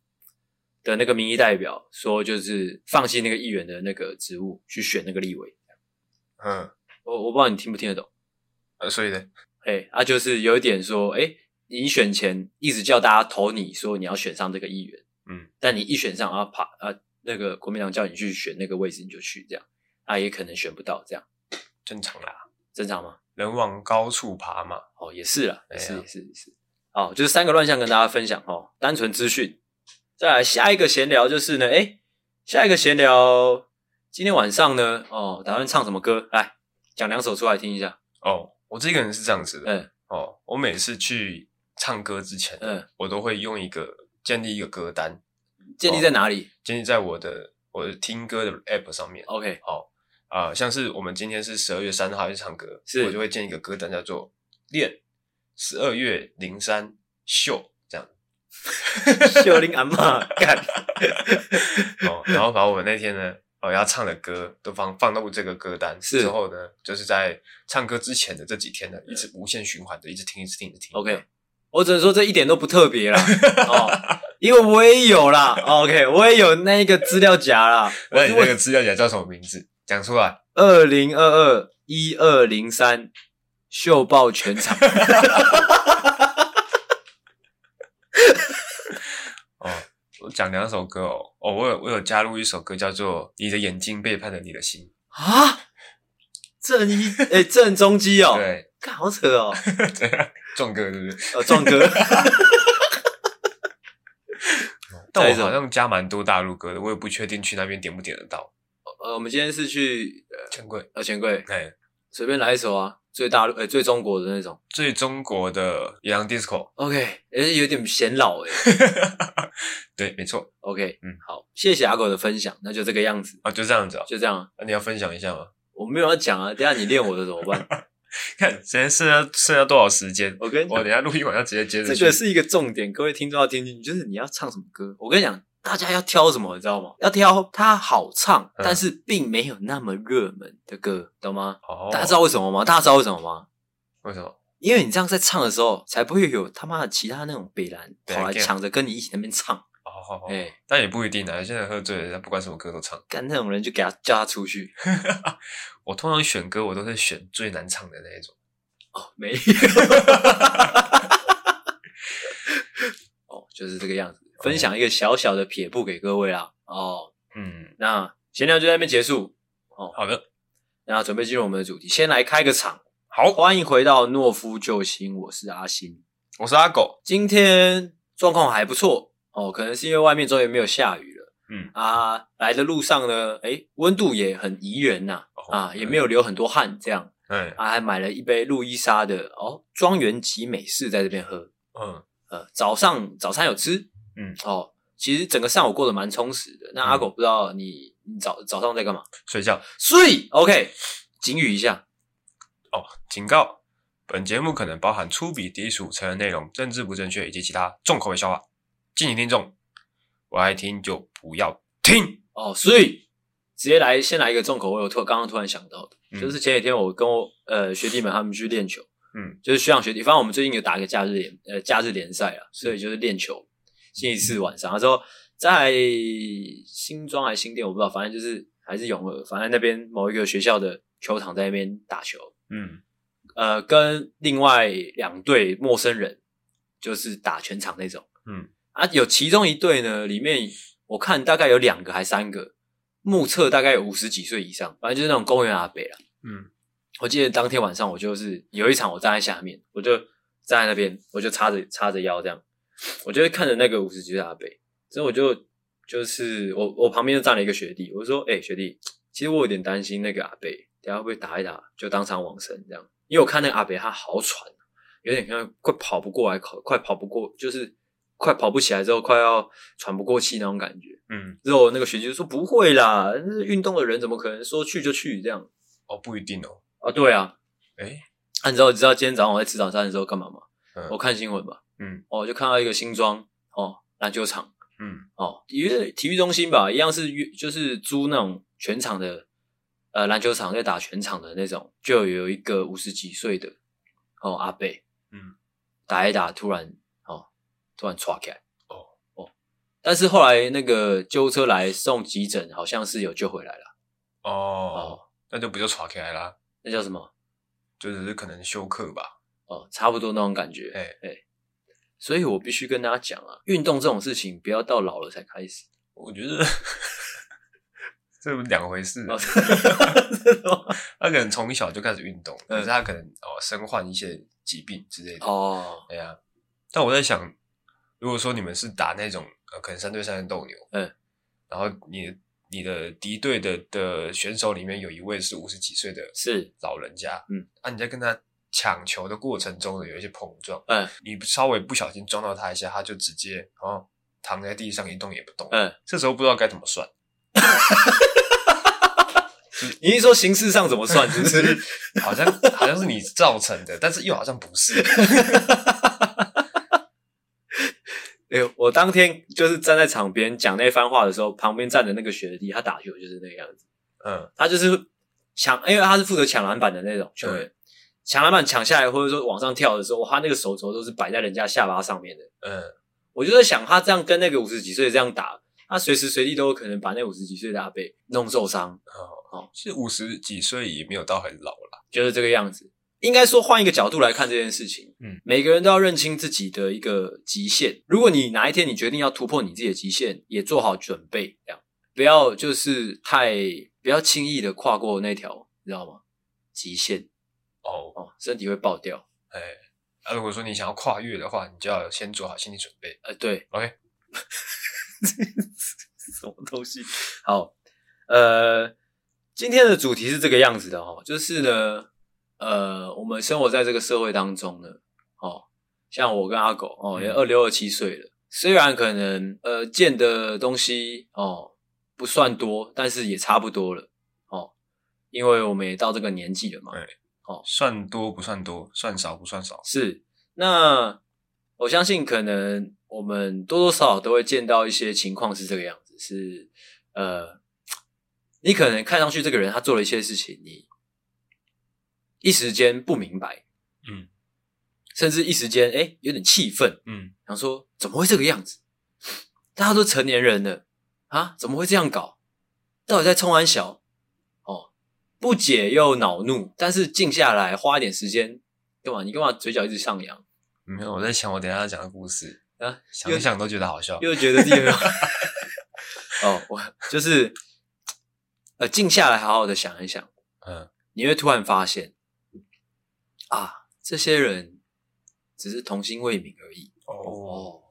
[SPEAKER 1] 的那个民意代表说，就是放弃那个议员的那个职务去选那个立委。
[SPEAKER 2] 嗯
[SPEAKER 1] 我我不知道你听不听得懂。
[SPEAKER 2] 呃，所以呢，
[SPEAKER 1] 哎、啊，就是有一点说，哎、你选前一直叫大家投你说你要选上这个议员，
[SPEAKER 2] 嗯，
[SPEAKER 1] 但你一选上啊，啪啊，那个国民党叫你去选那个位置，你就去这样，啊，也可能选不到，这样
[SPEAKER 2] 正常啦，
[SPEAKER 1] 正常吗？
[SPEAKER 2] 人往高处爬嘛。
[SPEAKER 1] 哦，也是啦，也是、
[SPEAKER 2] 哎呀
[SPEAKER 1] 也是也是，好，就是三个乱象跟大家分享哦，单纯资讯。再来下一个闲聊就是呢，哎、下一个闲聊，今天晚上呢，哦，打算唱什么歌？来讲两首出来听一下。
[SPEAKER 2] 哦，我这个人是这样子的。
[SPEAKER 1] 嗯
[SPEAKER 2] 哦，我每次去唱歌之前，
[SPEAKER 1] 嗯，
[SPEAKER 2] 我都会用一个建立一个歌单，
[SPEAKER 1] 建立在哪里、
[SPEAKER 2] 建立在我的我的听歌的 app 上面。
[SPEAKER 1] o k
[SPEAKER 2] 哦，啊、像是我们今天是十二月三号要去唱歌，
[SPEAKER 1] 是
[SPEAKER 2] 我就会建一个歌单叫做《练十二月零三秀》这样。
[SPEAKER 1] [laughs] 秀玲阿妈干。
[SPEAKER 2] 哦，然后把我那天呢，哦要唱的歌都放放到这个歌单
[SPEAKER 1] 是
[SPEAKER 2] 之后呢，就是在唱歌之前的这几天呢，一直无限循环的，一直听，一直听，一直听。
[SPEAKER 1] OK，我只能说这一点都不特
[SPEAKER 2] [laughs]
[SPEAKER 1] 别啦，哦，因为我也有啦，OK，我哦也有那一个资料夹
[SPEAKER 2] [laughs]
[SPEAKER 1] 啦，我
[SPEAKER 2] 那你那
[SPEAKER 1] 是
[SPEAKER 2] 个资料夹叫什么名字？讲出来。
[SPEAKER 1] 二零二二一二零三秀爆全
[SPEAKER 2] [laughs]
[SPEAKER 1] 场，
[SPEAKER 2] 哦，我讲两首歌哦。哦，我有我有加入一首歌叫做《你的眼睛背叛了你的心
[SPEAKER 1] 啊，郑一诶、郑中基》。哦，
[SPEAKER 2] 对，
[SPEAKER 1] 干好扯哦，
[SPEAKER 2] 这样撞歌对不对？
[SPEAKER 1] 呃壮哥， [laughs]
[SPEAKER 2] 但
[SPEAKER 1] 再一
[SPEAKER 2] 我
[SPEAKER 1] 首
[SPEAKER 2] 好像加蛮多大陆歌的，我也不确定去那边点不点得到。
[SPEAKER 1] 呃我们今天是去
[SPEAKER 2] 陈贵，
[SPEAKER 1] 呃钱柜
[SPEAKER 2] 哎，
[SPEAKER 1] 随便来一首啊，最大陆呃最中国的那种。
[SPEAKER 2] 最中国的野狼 disco，
[SPEAKER 1] OK，哎、有点显老哎、
[SPEAKER 2] 对，没错
[SPEAKER 1] OK，
[SPEAKER 2] 嗯
[SPEAKER 1] 好，谢谢阿狗的分享，那就这个样子，
[SPEAKER 2] 啊，就这样子啊。
[SPEAKER 1] 就这样。
[SPEAKER 2] 那你要分享一下吗？
[SPEAKER 1] 我没有要讲啊，等一下你练我的怎么办？
[SPEAKER 2] 看现在剩下剩下多少时间？
[SPEAKER 1] 我
[SPEAKER 2] [laughs]
[SPEAKER 1] 跟你
[SPEAKER 2] 我
[SPEAKER 1] 讲
[SPEAKER 2] 等一，下录音晚上直接接着
[SPEAKER 1] 这
[SPEAKER 2] 去。
[SPEAKER 1] 个是一个重点，各位听众要听进去，就是你要唱什么歌。我跟你讲，大家要挑什么，你知道吗？要挑它好唱，
[SPEAKER 2] 嗯
[SPEAKER 1] 但是并没有那么热门的歌，懂吗？
[SPEAKER 2] 哦，
[SPEAKER 1] 大家知道为什么吗？大家知道为什么吗？
[SPEAKER 2] 为什么？哦
[SPEAKER 1] 因为你这样在唱的时候，才不会有他妈的其他那种北兰
[SPEAKER 2] 对
[SPEAKER 1] 跑来
[SPEAKER 2] again
[SPEAKER 1] 抢着跟你一起那边唱，
[SPEAKER 2] 哦，好好
[SPEAKER 1] 哎、
[SPEAKER 2] 但也不一定啊。现在喝醉了，不管什么歌都唱。
[SPEAKER 1] 干那种人就给他叫他出去。
[SPEAKER 2] 我通常选歌，我都是选最难唱的那一种。
[SPEAKER 1] 哦，没
[SPEAKER 2] [laughs]
[SPEAKER 1] 有。哦，就是这个样子，
[SPEAKER 2] 哦
[SPEAKER 1] 分享一个小小的撇步给各位啦。哦，
[SPEAKER 2] 嗯，
[SPEAKER 1] 那闲聊就在那边结束，
[SPEAKER 2] 好的，
[SPEAKER 1] 那准备进入我们的主题，先来开个场。
[SPEAKER 2] 好，
[SPEAKER 1] 欢迎回到懦夫救星，我是阿星。
[SPEAKER 2] 我是阿狗。
[SPEAKER 1] 今天状况还不错哦，可能是因为外面终于没有下雨了。
[SPEAKER 2] 嗯
[SPEAKER 1] 啊，来的路上呢，诶，温度也很宜人呐、
[SPEAKER 2] 哦
[SPEAKER 1] 啊，也没有流很多汗，这样
[SPEAKER 2] 嗯
[SPEAKER 1] 啊，还买了一杯路易莎的哦庄园级美式在这边喝。
[SPEAKER 2] 嗯
[SPEAKER 1] 呃，早上早餐有吃，
[SPEAKER 2] 嗯，
[SPEAKER 1] 哦，其实整个上午过得蛮充实的。那阿
[SPEAKER 2] 嗯
[SPEAKER 1] 狗不知道你你早早上在干嘛？
[SPEAKER 2] 睡觉
[SPEAKER 1] 睡，OK，警语一下，
[SPEAKER 2] 哦。警告：本节目可能包含粗鄙、低俗、成人内容、政治不正确以及其他重口味笑话，敬请听众。不爱听就不要听。
[SPEAKER 1] 哦，睡，直接来先来一个重口味，我突刚刚突然想到的，
[SPEAKER 2] 嗯
[SPEAKER 1] 就是前几天我跟我呃学弟们他们去练球，
[SPEAKER 2] 嗯，
[SPEAKER 1] 就是学长学弟，反正我们最近有打一个假日联呃假日联赛啊，所以就是练球，星期四晚上，然后之后在新庄还是新店我不知道，反正就是还是永和，反正那边某一个学校的球场在那边打球。
[SPEAKER 2] 嗯
[SPEAKER 1] 呃，跟另外两队陌生人，就是打全场那种。
[SPEAKER 2] 嗯，
[SPEAKER 1] 啊，有其中一队呢，里面我看大概有两个还三个，目测大概有五十几岁以上，反正就是那种公园阿伯啦。
[SPEAKER 2] 嗯
[SPEAKER 1] 我记得当天晚上我就是有一场，我站在下面，我就站在那边，我就叉着叉着腰这样，我就看着那个五十几岁的阿伯，所以我就就是我我旁边就站了一个学弟，我就说：“哎、学弟，其实我有点担心那个阿伯，等下会不会打一打就当场往生这样？因为我看那个阿伯他好喘，啊有点像快跑不过来，快快跑不过，就是快跑不起来之后快要喘不过气那种感觉。
[SPEAKER 2] 嗯，
[SPEAKER 1] 之后那个学弟就说：不会啦，那运动的人怎么可能说去就去这样
[SPEAKER 2] 哦，不一定哦。
[SPEAKER 1] 啊？对啊，
[SPEAKER 2] 哎，
[SPEAKER 1] 啊，你知道你知道今天早上我在吃早餐的时候干嘛吗？
[SPEAKER 2] 嗯
[SPEAKER 1] 我看新闻吧，
[SPEAKER 2] 嗯
[SPEAKER 1] 哦，我就看到一个新庄哦篮球场
[SPEAKER 2] 嗯
[SPEAKER 1] 哦体育体育中心吧，一样是约就是租那种全场的呃篮球场在打全场的那种，就有一个五十几岁的哦阿伯，
[SPEAKER 2] 嗯，
[SPEAKER 1] 打一打突然哦突然岔开来，
[SPEAKER 2] 哦
[SPEAKER 1] 哦，但是后来那个救护车来送急诊，好像是有救回来了，
[SPEAKER 2] 哦，那就不就耍起来啦，
[SPEAKER 1] 那叫什么？
[SPEAKER 2] 就只是可能休克吧。
[SPEAKER 1] 哦，差不多那种感觉。
[SPEAKER 2] 哎
[SPEAKER 1] 哎、所以我必须跟大家讲啊，运动这种事情不要到老了才开始。
[SPEAKER 2] 我觉得这不两回事。
[SPEAKER 1] 哦真的吗
[SPEAKER 2] 他可能从小就开始运动，
[SPEAKER 1] 嗯
[SPEAKER 2] 可是他可能哦身患一些疾病之类
[SPEAKER 1] [laughs]
[SPEAKER 2] 的。
[SPEAKER 1] 哦，
[SPEAKER 2] 对啊，但我在想，如果说你们是打那种呃可能三对三的斗牛，
[SPEAKER 1] 嗯，
[SPEAKER 2] 然后你你的敌对的的选手里面有一位是五十几岁的
[SPEAKER 1] 是，
[SPEAKER 2] 老人家，
[SPEAKER 1] 嗯，
[SPEAKER 2] 啊你在跟他抢球的过程中呢有一些碰撞，
[SPEAKER 1] 嗯
[SPEAKER 2] 你稍微不小心撞到他一下，他就直接哦躺在地上一动也不动，
[SPEAKER 1] 嗯，
[SPEAKER 2] 这时候不知道该怎么算。
[SPEAKER 1] 你是说形式上怎么算？是不是？
[SPEAKER 2] 好像好像是你造成的，但是又好像不是。
[SPEAKER 1] 哎、我当天就是站在场边讲那番话的时候，旁边站的那个学弟，他打球就是那个样子，
[SPEAKER 2] 嗯
[SPEAKER 1] 他就是抢，因为他是负责抢篮板的那种球员。抢篮板抢下来，或者说往上跳的时候，他那个手肘都是摆在人家下巴上面的。
[SPEAKER 2] 嗯，
[SPEAKER 1] 我就在想，他这样跟那个五十几岁这样打，他随时随地都有可能把那五十几岁的阿伯弄受伤，
[SPEAKER 2] 哦，是五十几岁也没有到很老了。
[SPEAKER 1] 就是这个样子。应该说，换一个角度来看这件事情，
[SPEAKER 2] 嗯，
[SPEAKER 1] 每个人都要认清自己的一个极限。如果你哪一天你决定要突破你自己的极限，也做好准备，这样不要就是太不要轻易的跨过那条，你知道吗？极限
[SPEAKER 2] 哦，
[SPEAKER 1] 哦，身体会爆掉。
[SPEAKER 2] 哎，那、如果说你想要跨越的话，你就要先做好心理准备。
[SPEAKER 1] 呃，对
[SPEAKER 2] OK，
[SPEAKER 1] [laughs] 什么东西？好，呃，今天的主题是这个样子的哦，就是呢，呃，我们生活在这个社会当中呢，哦，像我跟阿狗哦，
[SPEAKER 2] 嗯
[SPEAKER 1] 也二六二七岁了，虽然可能呃见的东西哦不算多，但是也差不多了哦，因为我们也到这个年纪了嘛，
[SPEAKER 2] 对算多不算多，算少不算少。
[SPEAKER 1] 是，那我相信可能我们多多少少都会见到一些情况是这个样子，是呃，你可能看上去这个人他做了一些事情，你一时间不明白，
[SPEAKER 2] 嗯，
[SPEAKER 1] 甚至一时间哎、诶有点气愤，
[SPEAKER 2] 嗯
[SPEAKER 1] 想说怎么会这个样子？大家都成年人了啊，怎么会这样搞？到底在冲安小？哦，不解又恼怒，但是静下来花一点时间，干嘛？你干嘛嘴角一直上扬？
[SPEAKER 2] 没有，我在想我等一下要讲的故事
[SPEAKER 1] 啊，
[SPEAKER 2] 想一想都觉得好笑。
[SPEAKER 1] 又觉得自己没有 [laughs] 哦，我就是呃，静下来好好的想一想，
[SPEAKER 2] 嗯，
[SPEAKER 1] 你会突然发现啊，这些人只是童心未泯而已。
[SPEAKER 2] 哦，
[SPEAKER 1] 哦，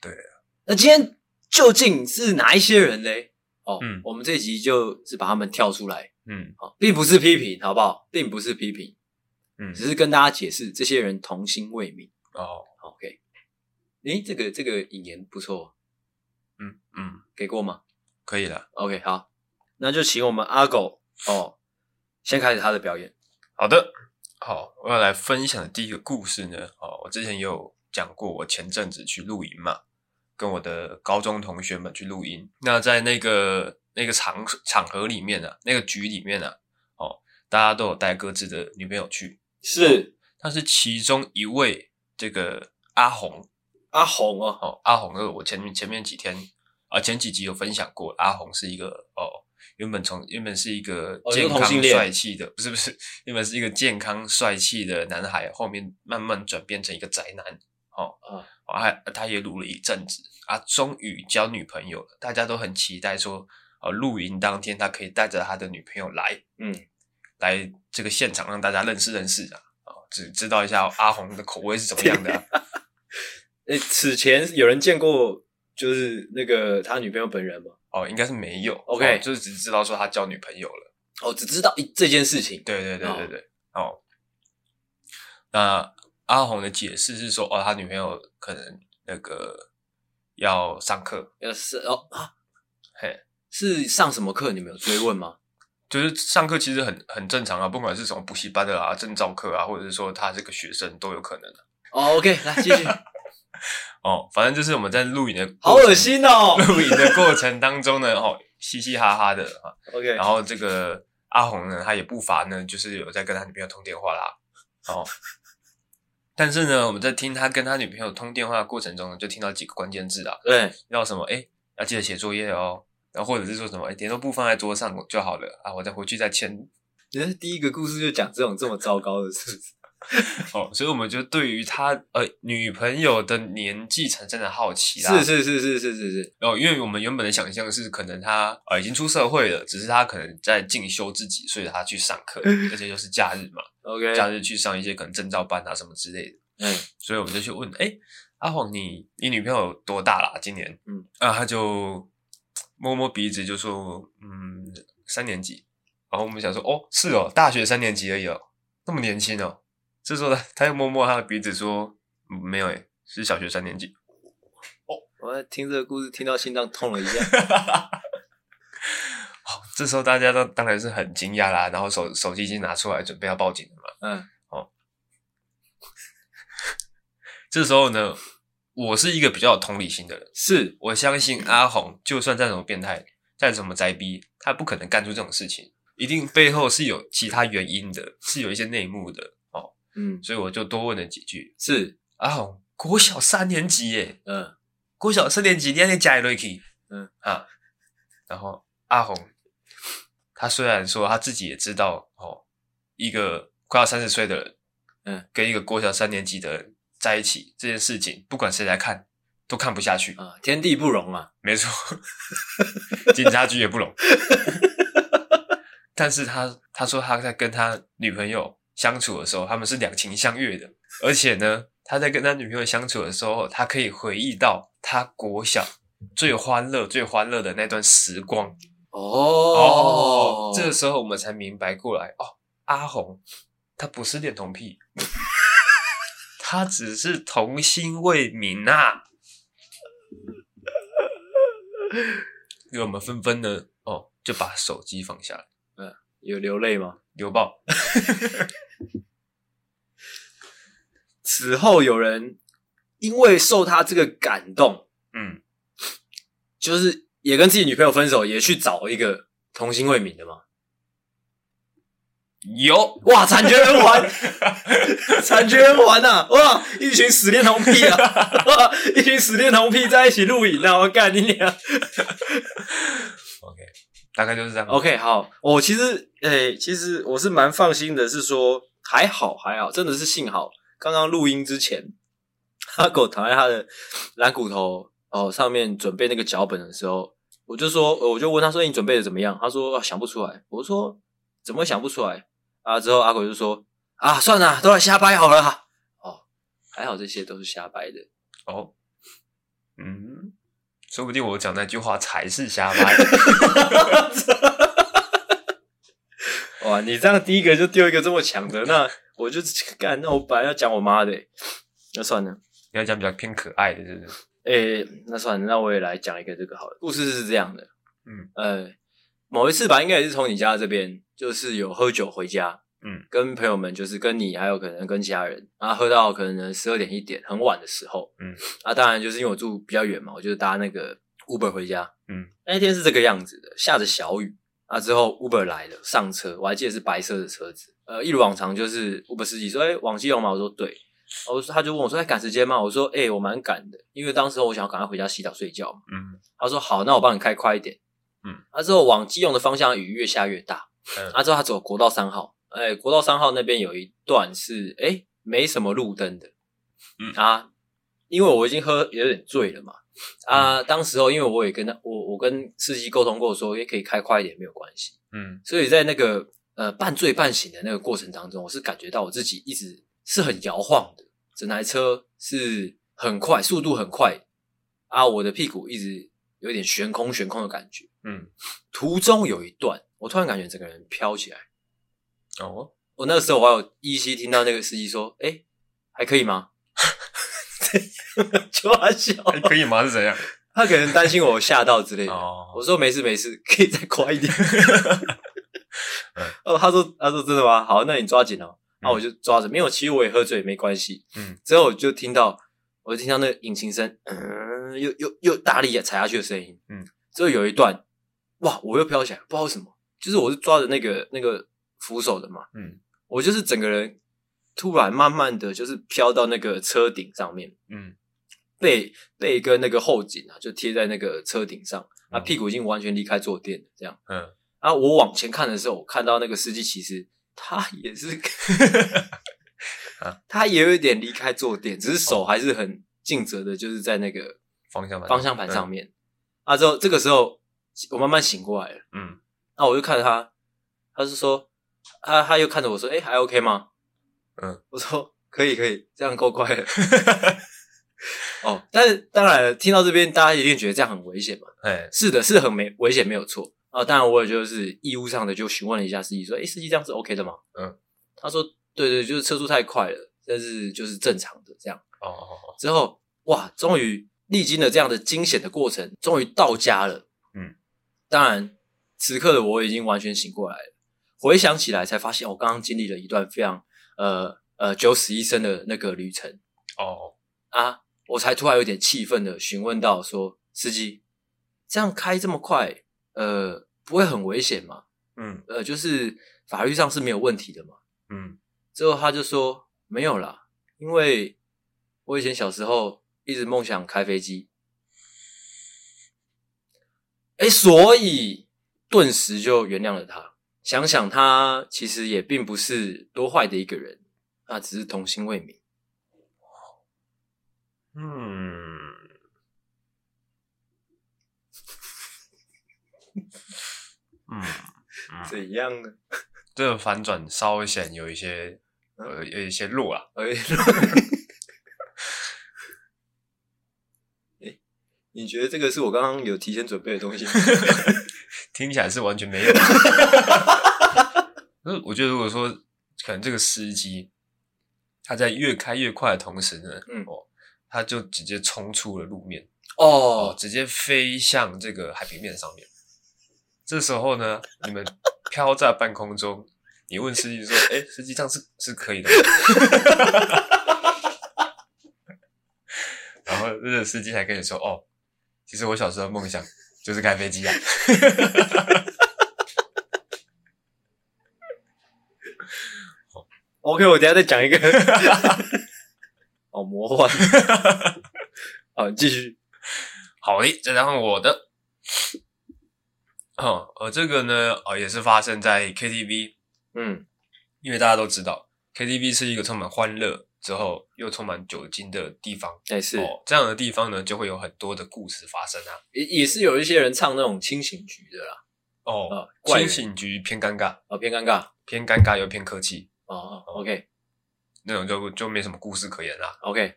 [SPEAKER 2] 对啊。
[SPEAKER 1] 那今天究竟是哪一些人嘞？哦，
[SPEAKER 2] 嗯
[SPEAKER 1] 我们这一集就是把他们跳出来，
[SPEAKER 2] 嗯
[SPEAKER 1] 哦，并不是批评，好不好？并不是批评，
[SPEAKER 2] 嗯，
[SPEAKER 1] 只是跟大家解释，这些人童心未泯。
[SPEAKER 2] 哦，
[SPEAKER 1] 好 OK，诶，这个这个引言不错，啊
[SPEAKER 2] 嗯嗯，
[SPEAKER 1] 给过吗
[SPEAKER 2] 可以了。
[SPEAKER 1] ？OK，好，那就请我们阿狗哦，先开始他的表演。
[SPEAKER 2] 好的，好，我要来分享的第一个故事呢，哦，我之前也有讲过，我前阵子去露营嘛，跟我的高中同学们去露营。那在那个那个场场合里面啊，那个局里面啊，哦，大家都有带各自的女朋友去，
[SPEAKER 1] 是
[SPEAKER 2] 但是其中一位这个阿红，
[SPEAKER 1] 阿红哦，
[SPEAKER 2] 哦，阿红，呃，我前面前面几天啊、前几集有分享过，阿红是一个哦，原本从原本是一个
[SPEAKER 1] 哦
[SPEAKER 2] 健
[SPEAKER 1] 你说同
[SPEAKER 2] 康
[SPEAKER 1] 性恋
[SPEAKER 2] 帅气的，不是不是，原本是一个健康帅气的男孩，后面慢慢转变成一个宅男，哦，
[SPEAKER 1] 啊
[SPEAKER 2] 哦还他也撸了一阵子，啊，终于交女朋友了，大家都很期待说，呃，露营当天他可以带着他的女朋友来，
[SPEAKER 1] 嗯，
[SPEAKER 2] 来这个现场让大家认识认识啊，哦，只知道一下阿红的口味是怎么样的、啊。
[SPEAKER 1] 诶，此前有人见过就是那个他女朋友本人吗？
[SPEAKER 2] 哦，应该是没有。
[SPEAKER 1] OK
[SPEAKER 2] 哦就是只知道说他交女朋友了。
[SPEAKER 1] 哦，只知道一这件事情。
[SPEAKER 2] 对对对
[SPEAKER 1] 哦
[SPEAKER 2] 对对。哦，那阿红的解释是说，哦，他女朋友可能那个要上课，
[SPEAKER 1] 呃，是哦啊，
[SPEAKER 2] 嘿，
[SPEAKER 1] 是上什么课？你们有追问吗？
[SPEAKER 2] 就是上课其实很很正常啊，不管是什么补习班的啊、证照课啊，或者是说他是个学生都有可能的、啊
[SPEAKER 1] 哦，OK，来 [laughs] 继续。
[SPEAKER 2] 哦，反正就是我们在录影的，
[SPEAKER 1] 好恶、心哦。
[SPEAKER 2] 录影的过程当中呢，哦，嘻嘻哈哈的啊，
[SPEAKER 1] OK，
[SPEAKER 2] 然后这个阿红呢，他也不乏呢，就是有在跟他女朋友通电话啦。哦，但是呢，我们在听他跟他女朋友通电话的过程中呢，就听到几个关键字啊，
[SPEAKER 1] 对，
[SPEAKER 2] 要什么哎，诶要记得写作业哦，然后或者是说什么哎，诶联络簿放在桌上就好了啊，我再回去再签。
[SPEAKER 1] 人家第一个故事就讲这种这么糟糕的事情。
[SPEAKER 2] 哦，所以我们就对于他呃女朋友的年纪产生了好奇啦。
[SPEAKER 1] 是是是是是是是，
[SPEAKER 2] 哦，因为我们原本的想象是，可能他呃已经出社会了，只是他可能在进修自己，所以他去上
[SPEAKER 1] [laughs]
[SPEAKER 2] 课，而且又是假日嘛。
[SPEAKER 1] OK，
[SPEAKER 2] 假日去上一些可能证照班啊什么之类的，
[SPEAKER 1] 嗯，
[SPEAKER 2] 所以我们就去问，哎、阿黄你你女朋友多大啦？今年？
[SPEAKER 1] 嗯，
[SPEAKER 2] 啊，他就摸摸鼻子就说，嗯，三年级。然后我们想说，哦，是哦，大学三年级而已哦，那么年轻哦。这时候他他又摸摸他的鼻子说，嗯没有诶、是小学三年级。
[SPEAKER 1] 我在听这个故事听到心脏痛了一下。
[SPEAKER 2] 哦这时候大家都当然是很惊讶啦，然后手手机已经拿出来准备要报警了嘛。
[SPEAKER 1] 嗯，
[SPEAKER 2] 这时候呢，我是一个比较有同理心的人。
[SPEAKER 1] 是
[SPEAKER 2] 我相信阿红，就算再怎么变态，再怎么宅逼，他不可能干出这种事情，一定背后是有其他原因的，是有一些内幕的哦。
[SPEAKER 1] 嗯
[SPEAKER 2] 所以我就多问了几句。
[SPEAKER 1] 是
[SPEAKER 2] 阿红，国小三年级耶，
[SPEAKER 1] 嗯，
[SPEAKER 2] 国小三年级，你还在加瑞去？
[SPEAKER 1] 嗯
[SPEAKER 2] 啊，然后阿红，他虽然说他自己也知道哦，一个快要三十岁的人，
[SPEAKER 1] 嗯，
[SPEAKER 2] 跟一个国小三年级的人在一起这件事情，不管谁来看都看不下去。
[SPEAKER 1] 啊，天地不容啊。
[SPEAKER 2] 没错， [laughs] 警察局也不容。 [laughs] 但是他他说他在跟他女朋友相处的时候，他们是两情相悦的，而且呢，他在跟他女朋友相处的时候，他可以回忆到他国小最欢乐、最欢乐的那段时光。
[SPEAKER 1] 哦
[SPEAKER 2] 哦这个时候我们才明白过来哦，阿红他不是恋童癖， [laughs] 他只是童心未泯啊。因为我们纷纷呢，哦，就把手机放下来，
[SPEAKER 1] 有流泪吗？
[SPEAKER 2] 流爆。
[SPEAKER 1] 此后有人因为受他这个感动，
[SPEAKER 2] 嗯，
[SPEAKER 1] 就是也跟自己女朋友分手，也去找一个童心未泯的吗？
[SPEAKER 2] 有，
[SPEAKER 1] 哇，惨绝人寰，惨绝人寰呐、哇，一群死恋童癖啊！哇，一群死恋童癖在一起露营啊！我干你娘！
[SPEAKER 2] 大概就是这样。
[SPEAKER 1] OK，好，我其实，诶、其实我是蛮放心的，是说还好还好，真的是幸好刚刚录音之前，阿狗躺在他的蓝骨头哦上面准备那个脚本的时候，我就说，呃我就问他说你准备的怎么样？他说、啊、想不出来。我说怎么会想不出来啊？之后阿狗就说啊，算了，都来瞎掰好了啊。哦，还好这些都是瞎掰的。
[SPEAKER 2] 哦，嗯，说不定我讲那句话才是瞎掰。 [laughs]
[SPEAKER 1] 哇，你这样第一个就丢一个这么强的，那我就 [laughs] 干，那我本来要讲我妈的、欸那算了，
[SPEAKER 2] 你要讲比较偏可爱的，是不是？
[SPEAKER 1] 诶、那算了，那我也来讲一个这个好了。故事是这样的，
[SPEAKER 2] 嗯，
[SPEAKER 1] 呃，某一次吧，应该也是从你家这边，就是有喝酒回家，
[SPEAKER 2] 嗯，
[SPEAKER 1] 跟朋友们，就是跟你，还有可能跟其他人，啊，喝到可能十二点一点很晚的时候，
[SPEAKER 2] 嗯，
[SPEAKER 1] 啊，当然就是因为我住比较远嘛，我就搭那个 Uber 回家，
[SPEAKER 2] 嗯，
[SPEAKER 1] 那天是这个样子的，下着小雨，啊，之后 Uber 来了，上车，我还记得是白色的车子，呃，一如往常，就是 Uber 司机说，哎、往西隆嘛，我说对，我说他就问我说，哎、赶时间吗？我说，哎、我蛮赶的，因为当时我想要赶快回家洗澡睡觉嘛。
[SPEAKER 2] 嗯
[SPEAKER 1] 他说好，那我帮你开快一点。
[SPEAKER 2] 嗯，
[SPEAKER 1] 那、之后往基隆的方向雨越下越大。
[SPEAKER 2] 嗯
[SPEAKER 1] 啊，之后他走国道三号，哎、国道三号那边有一段是哎、没什么路灯的。
[SPEAKER 2] 嗯
[SPEAKER 1] 啊，因为我已经喝有点醉了嘛。
[SPEAKER 2] 嗯
[SPEAKER 1] 啊，当时候因为我也跟他，我我跟司机沟通过说，哎也可以开快一点，没有关系。
[SPEAKER 2] 嗯
[SPEAKER 1] 所以在那个呃半醉半醒的那个过程当中，我是感觉到我自己一直是很摇晃的，整台车是很快，速度很快啊，我的屁股一直有点悬空悬空的感觉。
[SPEAKER 2] 嗯，
[SPEAKER 1] 途中有一段，我突然感觉整个人飘起来。
[SPEAKER 2] 哦，
[SPEAKER 1] 我那个时候我还有依稀听到那个司机说：“哎、还可以吗？” [laughs] 就他笑，
[SPEAKER 2] 还可以吗？是
[SPEAKER 1] [laughs]
[SPEAKER 2] 怎样？
[SPEAKER 1] 他可能担心我吓到之类的。
[SPEAKER 2] 哦，
[SPEAKER 1] 我说没事没事，可以再快一点
[SPEAKER 2] [laughs] 嗯。
[SPEAKER 1] 哦，他说他说真的吗？好，那你抓紧哦。那、
[SPEAKER 2] 嗯
[SPEAKER 1] 我就抓着，没有，其实我也喝醉，没关系。
[SPEAKER 2] 嗯，
[SPEAKER 1] 之后我就听到，我就听到那个引擎声，嗯，又又又大力踩下去的声音。
[SPEAKER 2] 嗯，
[SPEAKER 1] 之后有一段，哇，我又飘起来，不知道为什么，就是我是抓着那个那个扶手的嘛，
[SPEAKER 2] 嗯
[SPEAKER 1] 我就是整个人突然慢慢的就是飘到那个车顶上面，
[SPEAKER 2] 嗯
[SPEAKER 1] 背背跟那个后颈啊，就贴在那个车顶上，啊，
[SPEAKER 2] 嗯
[SPEAKER 1] 屁股已经完全离开坐垫了，这样。
[SPEAKER 2] 嗯，
[SPEAKER 1] 啊，我往前看的时候，我看到那个司机其实他也是
[SPEAKER 2] [laughs] 啊，哦
[SPEAKER 1] 他也有一点离开坐垫，只是手还是很尽责的，就是在那个
[SPEAKER 2] 方向盘，
[SPEAKER 1] 方向盘
[SPEAKER 2] 嗯
[SPEAKER 1] 上面。啊，之后这个时候我慢慢醒过来了，
[SPEAKER 2] 嗯，
[SPEAKER 1] 那、我就看着他，他是说，他他又看着我说，哎、还 OK 吗？
[SPEAKER 2] 嗯，
[SPEAKER 1] 我说可以可以，这样够
[SPEAKER 2] [laughs]
[SPEAKER 1] 快了。哦，但是当然了，听到这边大家一定觉得这样很危险嘛。
[SPEAKER 2] 哎，
[SPEAKER 1] 是的，是很没危险，没有错啊。当然，我也就是义务上的就询问了一下司机，说：“诶、司机这样是 OK 的吗？”
[SPEAKER 2] 嗯，
[SPEAKER 1] 他说：“对对，就是车速太快了，但是就是正常的这样。
[SPEAKER 2] 哦哦”
[SPEAKER 1] 之后，哇，终于历经了这样的惊险的过程，终于到家了。
[SPEAKER 2] 嗯，
[SPEAKER 1] 当然，此刻的我已经完全醒过来了。回想起来，才发现我刚刚经历了一段非常呃呃九死一生的那个旅程。
[SPEAKER 2] 哦哦，
[SPEAKER 1] 啊，我才突然有点气愤的询问到说，司机这样开这么快，呃，不会很危险吗？
[SPEAKER 2] 嗯
[SPEAKER 1] 呃，就是法律上是没有问题的嘛。
[SPEAKER 2] 嗯
[SPEAKER 1] 之后他就说没有啦，因为我以前小时候一直梦想开飞机。哎，所以顿时就原谅了他。想想他其实也并不是多坏的一个人，那只是童心未泯。
[SPEAKER 2] [laughs] 嗯，嗯，
[SPEAKER 1] 怎样呢？
[SPEAKER 2] 这个反转稍微显有一些呃有一些弱啦，
[SPEAKER 1] 哎， [laughs] 哎你觉得这个是我刚刚有提前准备的东西吗？
[SPEAKER 2] [laughs] 听起来是完全没有。可是我觉得如果说可能这个司机他在越开越快的同时呢，
[SPEAKER 1] 嗯
[SPEAKER 2] 哦，他就直接冲出了路面，哦，
[SPEAKER 1] [laughs] 哦，
[SPEAKER 2] 直接飞向这个海平面上面。这时候呢，你们飘在半空中，你问司机说：“哎、司机这样是是可以的吗？” [laughs] 然后那个司机还跟你说：“哦，其实我小时候的梦想就是开飞机啊。
[SPEAKER 1] OK，我等一下再讲 [laughs] 一个，好魔 [laughs] 幻。好，你继续。”
[SPEAKER 2] 好的，再加上我的，哦，呃，这个呢，呃，也是发生在 KTV，
[SPEAKER 1] 嗯
[SPEAKER 2] 因为大家都知道 KTV 是一个充满欢乐之后又充满酒精的地方。
[SPEAKER 1] 哎、是、
[SPEAKER 2] 哦，这样的地方呢，就会有很多的故事发生啊。
[SPEAKER 1] 也也是有一些人唱那种清醒局的啦，
[SPEAKER 2] 哦，
[SPEAKER 1] 啊，怪
[SPEAKER 2] 清
[SPEAKER 1] 人
[SPEAKER 2] 醒局偏尴尬，
[SPEAKER 1] 啊偏尴尬
[SPEAKER 2] 偏尴尬又偏客气，
[SPEAKER 1] 哦，OK
[SPEAKER 2] 那种就就没什么故事可言啦。
[SPEAKER 1] OK，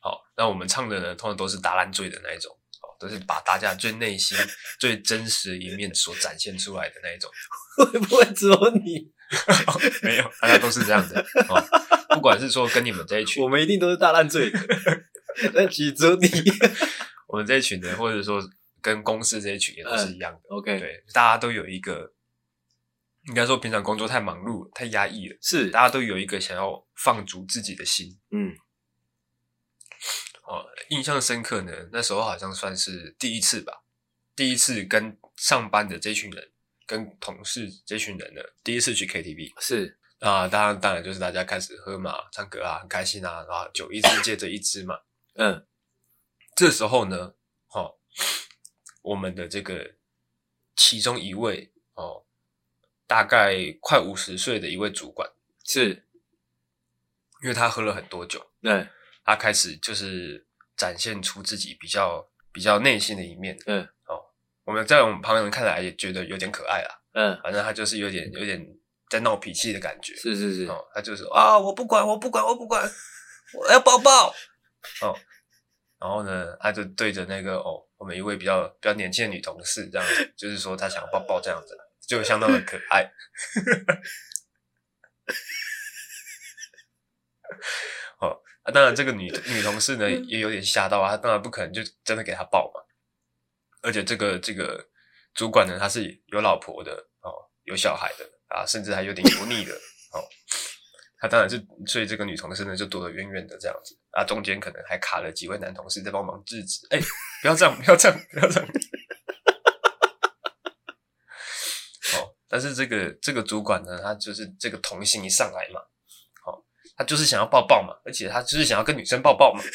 [SPEAKER 2] 好，那我们唱的呢，通常都是打烂醉的那一种，哦，都是把大家最内心、最真实的一面所展现出来的那一种。
[SPEAKER 1] [laughs] 会不会只有你？
[SPEAKER 2] 没有，大家都是这样的。哦，不管是说跟你们这一群，
[SPEAKER 1] 我们一定都是大烂醉 [laughs] 的，但其实只有你。
[SPEAKER 2] [laughs] 我们这一群人，或者说跟公司这一群也都
[SPEAKER 1] 嗯
[SPEAKER 2] 是一样的。
[SPEAKER 1] OK，
[SPEAKER 2] 对，大家都有一个，应该说平常工作太忙碌了、太压抑了，
[SPEAKER 1] 是
[SPEAKER 2] 大家都有一个想要放逐自己的心
[SPEAKER 1] 嗯
[SPEAKER 2] 哦。印象深刻呢，那时候好像算是第一次吧，第一次跟上班的这群人、跟同事这群人呢，第一次去 KTV
[SPEAKER 1] 是
[SPEAKER 2] 啊，当然当然就是大家开始喝嘛、唱歌啊，很开心啊，然后酒一支接着一支嘛。
[SPEAKER 1] 嗯
[SPEAKER 2] 这时候呢，哦，我们的这个其中一位哦，大概快五十岁的一位主管，
[SPEAKER 1] 是
[SPEAKER 2] 因为他喝了很多酒，
[SPEAKER 1] 对
[SPEAKER 2] 他开始就是展现出自己比较比较内心的一面。哦
[SPEAKER 1] 嗯
[SPEAKER 2] 我们在我们旁人看来也觉得有点可爱啊，
[SPEAKER 1] 嗯
[SPEAKER 2] 反正他就是有点有点在闹脾气的感觉。
[SPEAKER 1] 是是是
[SPEAKER 2] 哦，他就是啊，我不管，我不管，我不管，我要抱抱。哦，然后呢，他就对着那个哦，我们一位比较比较年轻的女同事这样子，就是说他想要抱抱这样子，就相当的可爱。哦，啊、当然这个女女同事呢也有点吓到啊，她当然不可能就真的给他抱嘛。而且这个这个主管呢，他是有老婆的哦，有小孩的啊，甚至还有点油腻的。哦，他当然是所以这个女同事呢就躲得远远的这样子，啊，中间可能还卡了几位男同事在帮忙制止，哎、不要这样，不要这样，不要这样。哦，但是这个这个主管呢，他就是这个童心一上来嘛，哦，他就是想要抱抱嘛，而且他就是想要跟女生抱抱嘛， [laughs]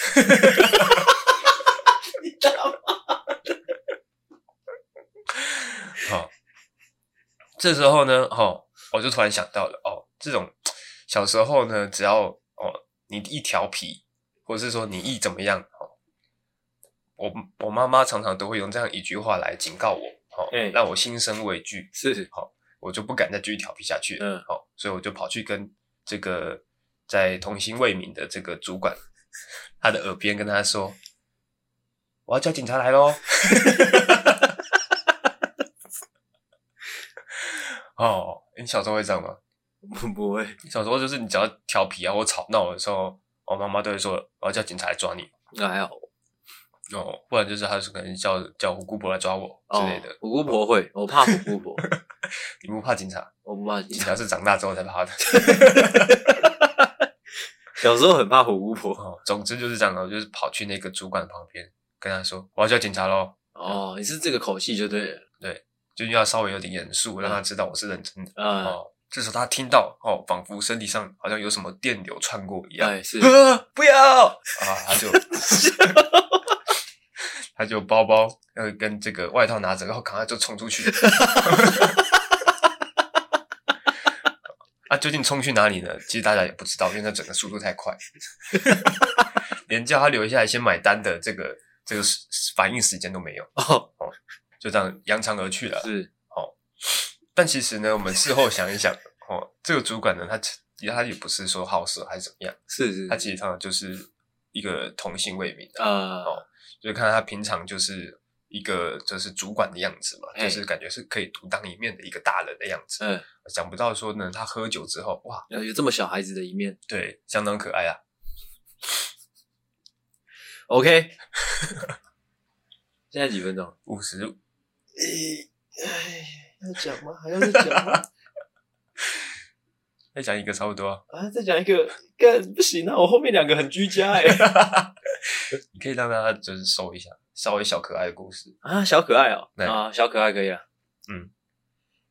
[SPEAKER 1] 你知道吗
[SPEAKER 2] 哦，这时候呢，哦，我就突然想到了，哦，这种小时候呢，只要哦你一调皮，或者是说你一怎么样，哦，我我妈妈常常都会用这样一句话来警告我，哦，
[SPEAKER 1] 哎
[SPEAKER 2] 让我心生畏惧，
[SPEAKER 1] 是
[SPEAKER 2] 我就不敢再继续调皮下去了，
[SPEAKER 1] 嗯
[SPEAKER 2] 哦，所以我就跑去跟这个在童心未泯的这个主管，他的耳边跟他说，我要叫警察来喽。 [laughs] 哦，你小时候会这样吗？
[SPEAKER 1] [laughs] 不会
[SPEAKER 2] 小时候就是你只要调皮啊或吵闹的时候，我妈妈都会说我要叫警察来抓你
[SPEAKER 1] 那还好
[SPEAKER 2] 哦，不然就是她是可能叫叫我姑婆来抓我之类的。
[SPEAKER 1] 哦我姑婆会，我怕我姑 [laughs] 婆，
[SPEAKER 2] 你不怕警察？
[SPEAKER 1] 我不怕
[SPEAKER 2] 警察是长大之后才怕的。
[SPEAKER 1] [laughs] 小时候很怕虎姑婆。
[SPEAKER 2] 哦，总之就是这样的，我就是跑去那个主管旁边跟他说，我要叫警察喽，
[SPEAKER 1] 哦，你是这个口气就对了。
[SPEAKER 2] 就要稍微有点严肃，让他知道我是认真的。
[SPEAKER 1] 啊，
[SPEAKER 2] 哦，这时候他听到哦，仿佛身体上好像有什么电流穿过一样，
[SPEAKER 1] 哎 [laughs] 是，
[SPEAKER 2] 啊不要啊，他就他就包包呃跟这个外套拿着，然后赶快就冲出去。啊，究竟冲去哪里呢？其实大家也不知道，因为他整个速度太快，连叫他留下来先买单的这个这个时反应时间都没有，
[SPEAKER 1] 哦
[SPEAKER 2] 就这样扬长而去了。
[SPEAKER 1] 是，
[SPEAKER 2] 但其实呢，我们事后想一想，哦，这个主管呢，他他也不是说好色还是怎么样，
[SPEAKER 1] 是是
[SPEAKER 2] 他其实常常就是一个童心未泯的，
[SPEAKER 1] 啊，
[SPEAKER 2] 就看他平常就是一个就是主管的样子嘛，
[SPEAKER 1] 哎
[SPEAKER 2] 就是感觉是可以独当一面的一个大人的样子。
[SPEAKER 1] 嗯，
[SPEAKER 2] 想不到说呢，他喝酒之后，哇，
[SPEAKER 1] 有这么小孩子的一面。
[SPEAKER 2] 对，相当可爱啊。
[SPEAKER 1] [laughs] OK，现在几分钟？
[SPEAKER 2] 五十，
[SPEAKER 1] 哎，要讲吗？还要再讲吗？
[SPEAKER 2] 再讲一个差不多啊、
[SPEAKER 1] 啊，再讲一个，干不行啊！我后面两个很居家哎、
[SPEAKER 2] 你可以让大家就是搜一下，稍微小可爱的故事。
[SPEAKER 1] 啊，小可爱哦、
[SPEAKER 2] 对
[SPEAKER 1] 啊，小可爱可以了。
[SPEAKER 2] 嗯，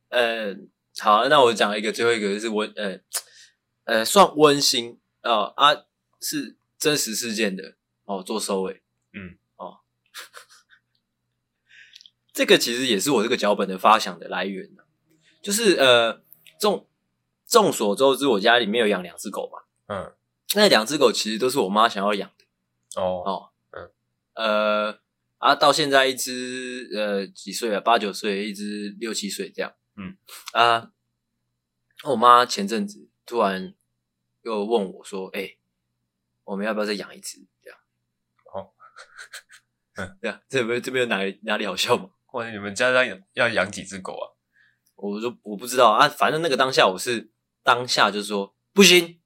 [SPEAKER 1] 呃，好，那我讲一个，最后一个就是温，呃，呃，算温馨哦、啊，是真实事件的哦，做收尾。
[SPEAKER 2] 嗯，
[SPEAKER 1] 哦， [laughs] 这个其实也是我这个脚本的发想的来源啊就是呃，众众所周知，我家里面有养两只狗嘛，
[SPEAKER 2] 嗯，
[SPEAKER 1] 那两只狗其实都是我妈想要养。
[SPEAKER 2] 哦，
[SPEAKER 1] 呃，啊，到现在一只呃几岁啊，八九岁，一只六七岁这样。
[SPEAKER 2] 嗯
[SPEAKER 1] 啊，我妈前阵子突然又问我说：“哎、我们要不要再养一只？”这样。
[SPEAKER 2] 哦， [laughs]
[SPEAKER 1] 对啊，这边这边有哪里哪里好笑吗？
[SPEAKER 2] 或者你们家要要养几只狗啊？
[SPEAKER 1] 我就我不知道啊，反正那个当下我是当下就说不行，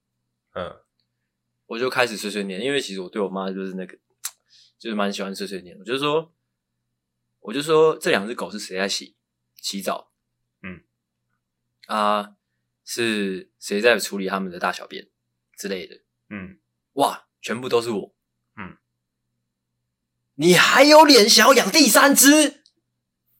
[SPEAKER 2] 嗯，
[SPEAKER 1] 我就开始碎碎念，因为其实我对我妈就是那个，就是蛮喜欢碎碎念。我就说，我就说这两只狗是谁在洗洗澡？
[SPEAKER 2] 嗯，
[SPEAKER 1] 啊，是谁在处理它们的大小便之类的？
[SPEAKER 2] 嗯，
[SPEAKER 1] 哇，全部都是我。
[SPEAKER 2] 嗯，
[SPEAKER 1] 你还有脸想要养第三只？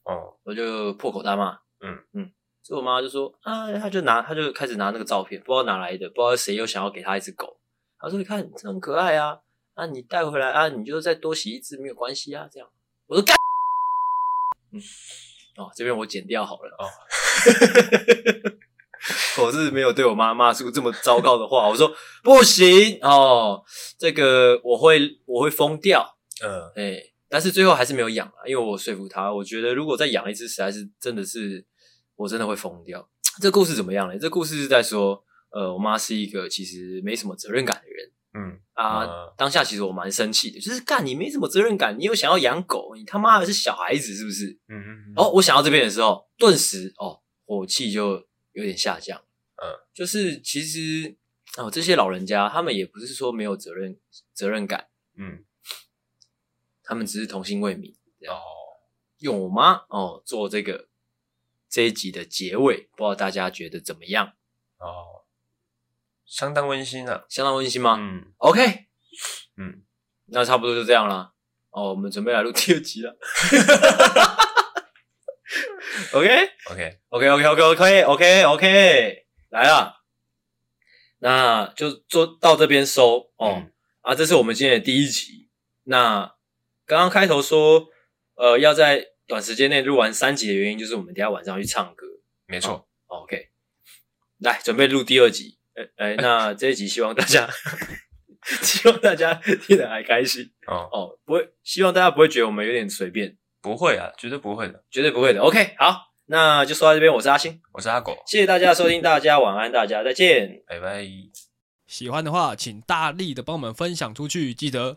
[SPEAKER 2] 哦，
[SPEAKER 1] 我就破口大骂。
[SPEAKER 2] 嗯
[SPEAKER 1] 嗯，所以我妈就说啊，她就拿，她就开始拿那个照片，不知道哪来的，不知道谁又想要给她一只狗。她说：“你看，这很可爱啊，啊，你带回来啊，你就再多洗一只没有关系啊。”这样，我说干，嗯，哦，这边我剪掉好了。
[SPEAKER 2] 哦，
[SPEAKER 1] 我是没有对我妈骂出这么糟糕的话。我说不行哦，这个我会我会疯掉。
[SPEAKER 2] 嗯，
[SPEAKER 1] 哎、但是最后还是没有养啊，因为我说服他，我觉得如果再养一只，实在是真的是我真的会疯掉。这故事怎么样呢？这故事是在说，呃，我妈是一个其实没什么责任感的人
[SPEAKER 2] 嗯，
[SPEAKER 1] 啊。
[SPEAKER 2] 嗯
[SPEAKER 1] 当下其实我蛮生气的，就是干你没什么责任感，你又想要养狗，你他妈的是小孩子是不是？
[SPEAKER 2] 嗯嗯，嗯
[SPEAKER 1] 哦，，我想到这边的时候，顿时哦，火气就有点下降。
[SPEAKER 2] 嗯，
[SPEAKER 1] 就是其实哦，这些老人家他们也不是说没有责任责任感，
[SPEAKER 2] 嗯，
[SPEAKER 1] 他们只是童心未泯。
[SPEAKER 2] 哦，
[SPEAKER 1] 用我妈哦做这个这一集的结尾，不知道大家觉得怎么样？
[SPEAKER 2] 哦，相当温馨啊。
[SPEAKER 1] 相当温馨吗、
[SPEAKER 2] 嗯
[SPEAKER 1] o k
[SPEAKER 2] 嗯，
[SPEAKER 1] 那差不多就这样啦。哦，我们准备来录第二集了。OK
[SPEAKER 2] ，OK，
[SPEAKER 1] OK OK OK OK OK OK 来了，那就做到这边收哦。
[SPEAKER 2] 嗯
[SPEAKER 1] 啊，这是我们今天的第一集。那刚刚开头说，呃，要在短时间内录完三集的原因，就是我们等一下晚上要去唱歌。
[SPEAKER 2] 没错，
[SPEAKER 1] OK，来准备录第二集。
[SPEAKER 3] [laughs]
[SPEAKER 1] 哎、哎、那这一集希望大家 [laughs] 希望大家听得还开心
[SPEAKER 2] 哦，
[SPEAKER 1] 哦，不会，希望大家不会觉得我们有点随便，
[SPEAKER 2] 不会啊，绝对不会的。
[SPEAKER 1] 绝对不会的。OK，好，那就说到这边，我是阿星，
[SPEAKER 2] 我是阿狗，
[SPEAKER 1] 谢谢大家的收听，大家晚安，大家再见。
[SPEAKER 2] 拜拜。
[SPEAKER 4] 喜欢的话，请大力的帮我们分享出去。记得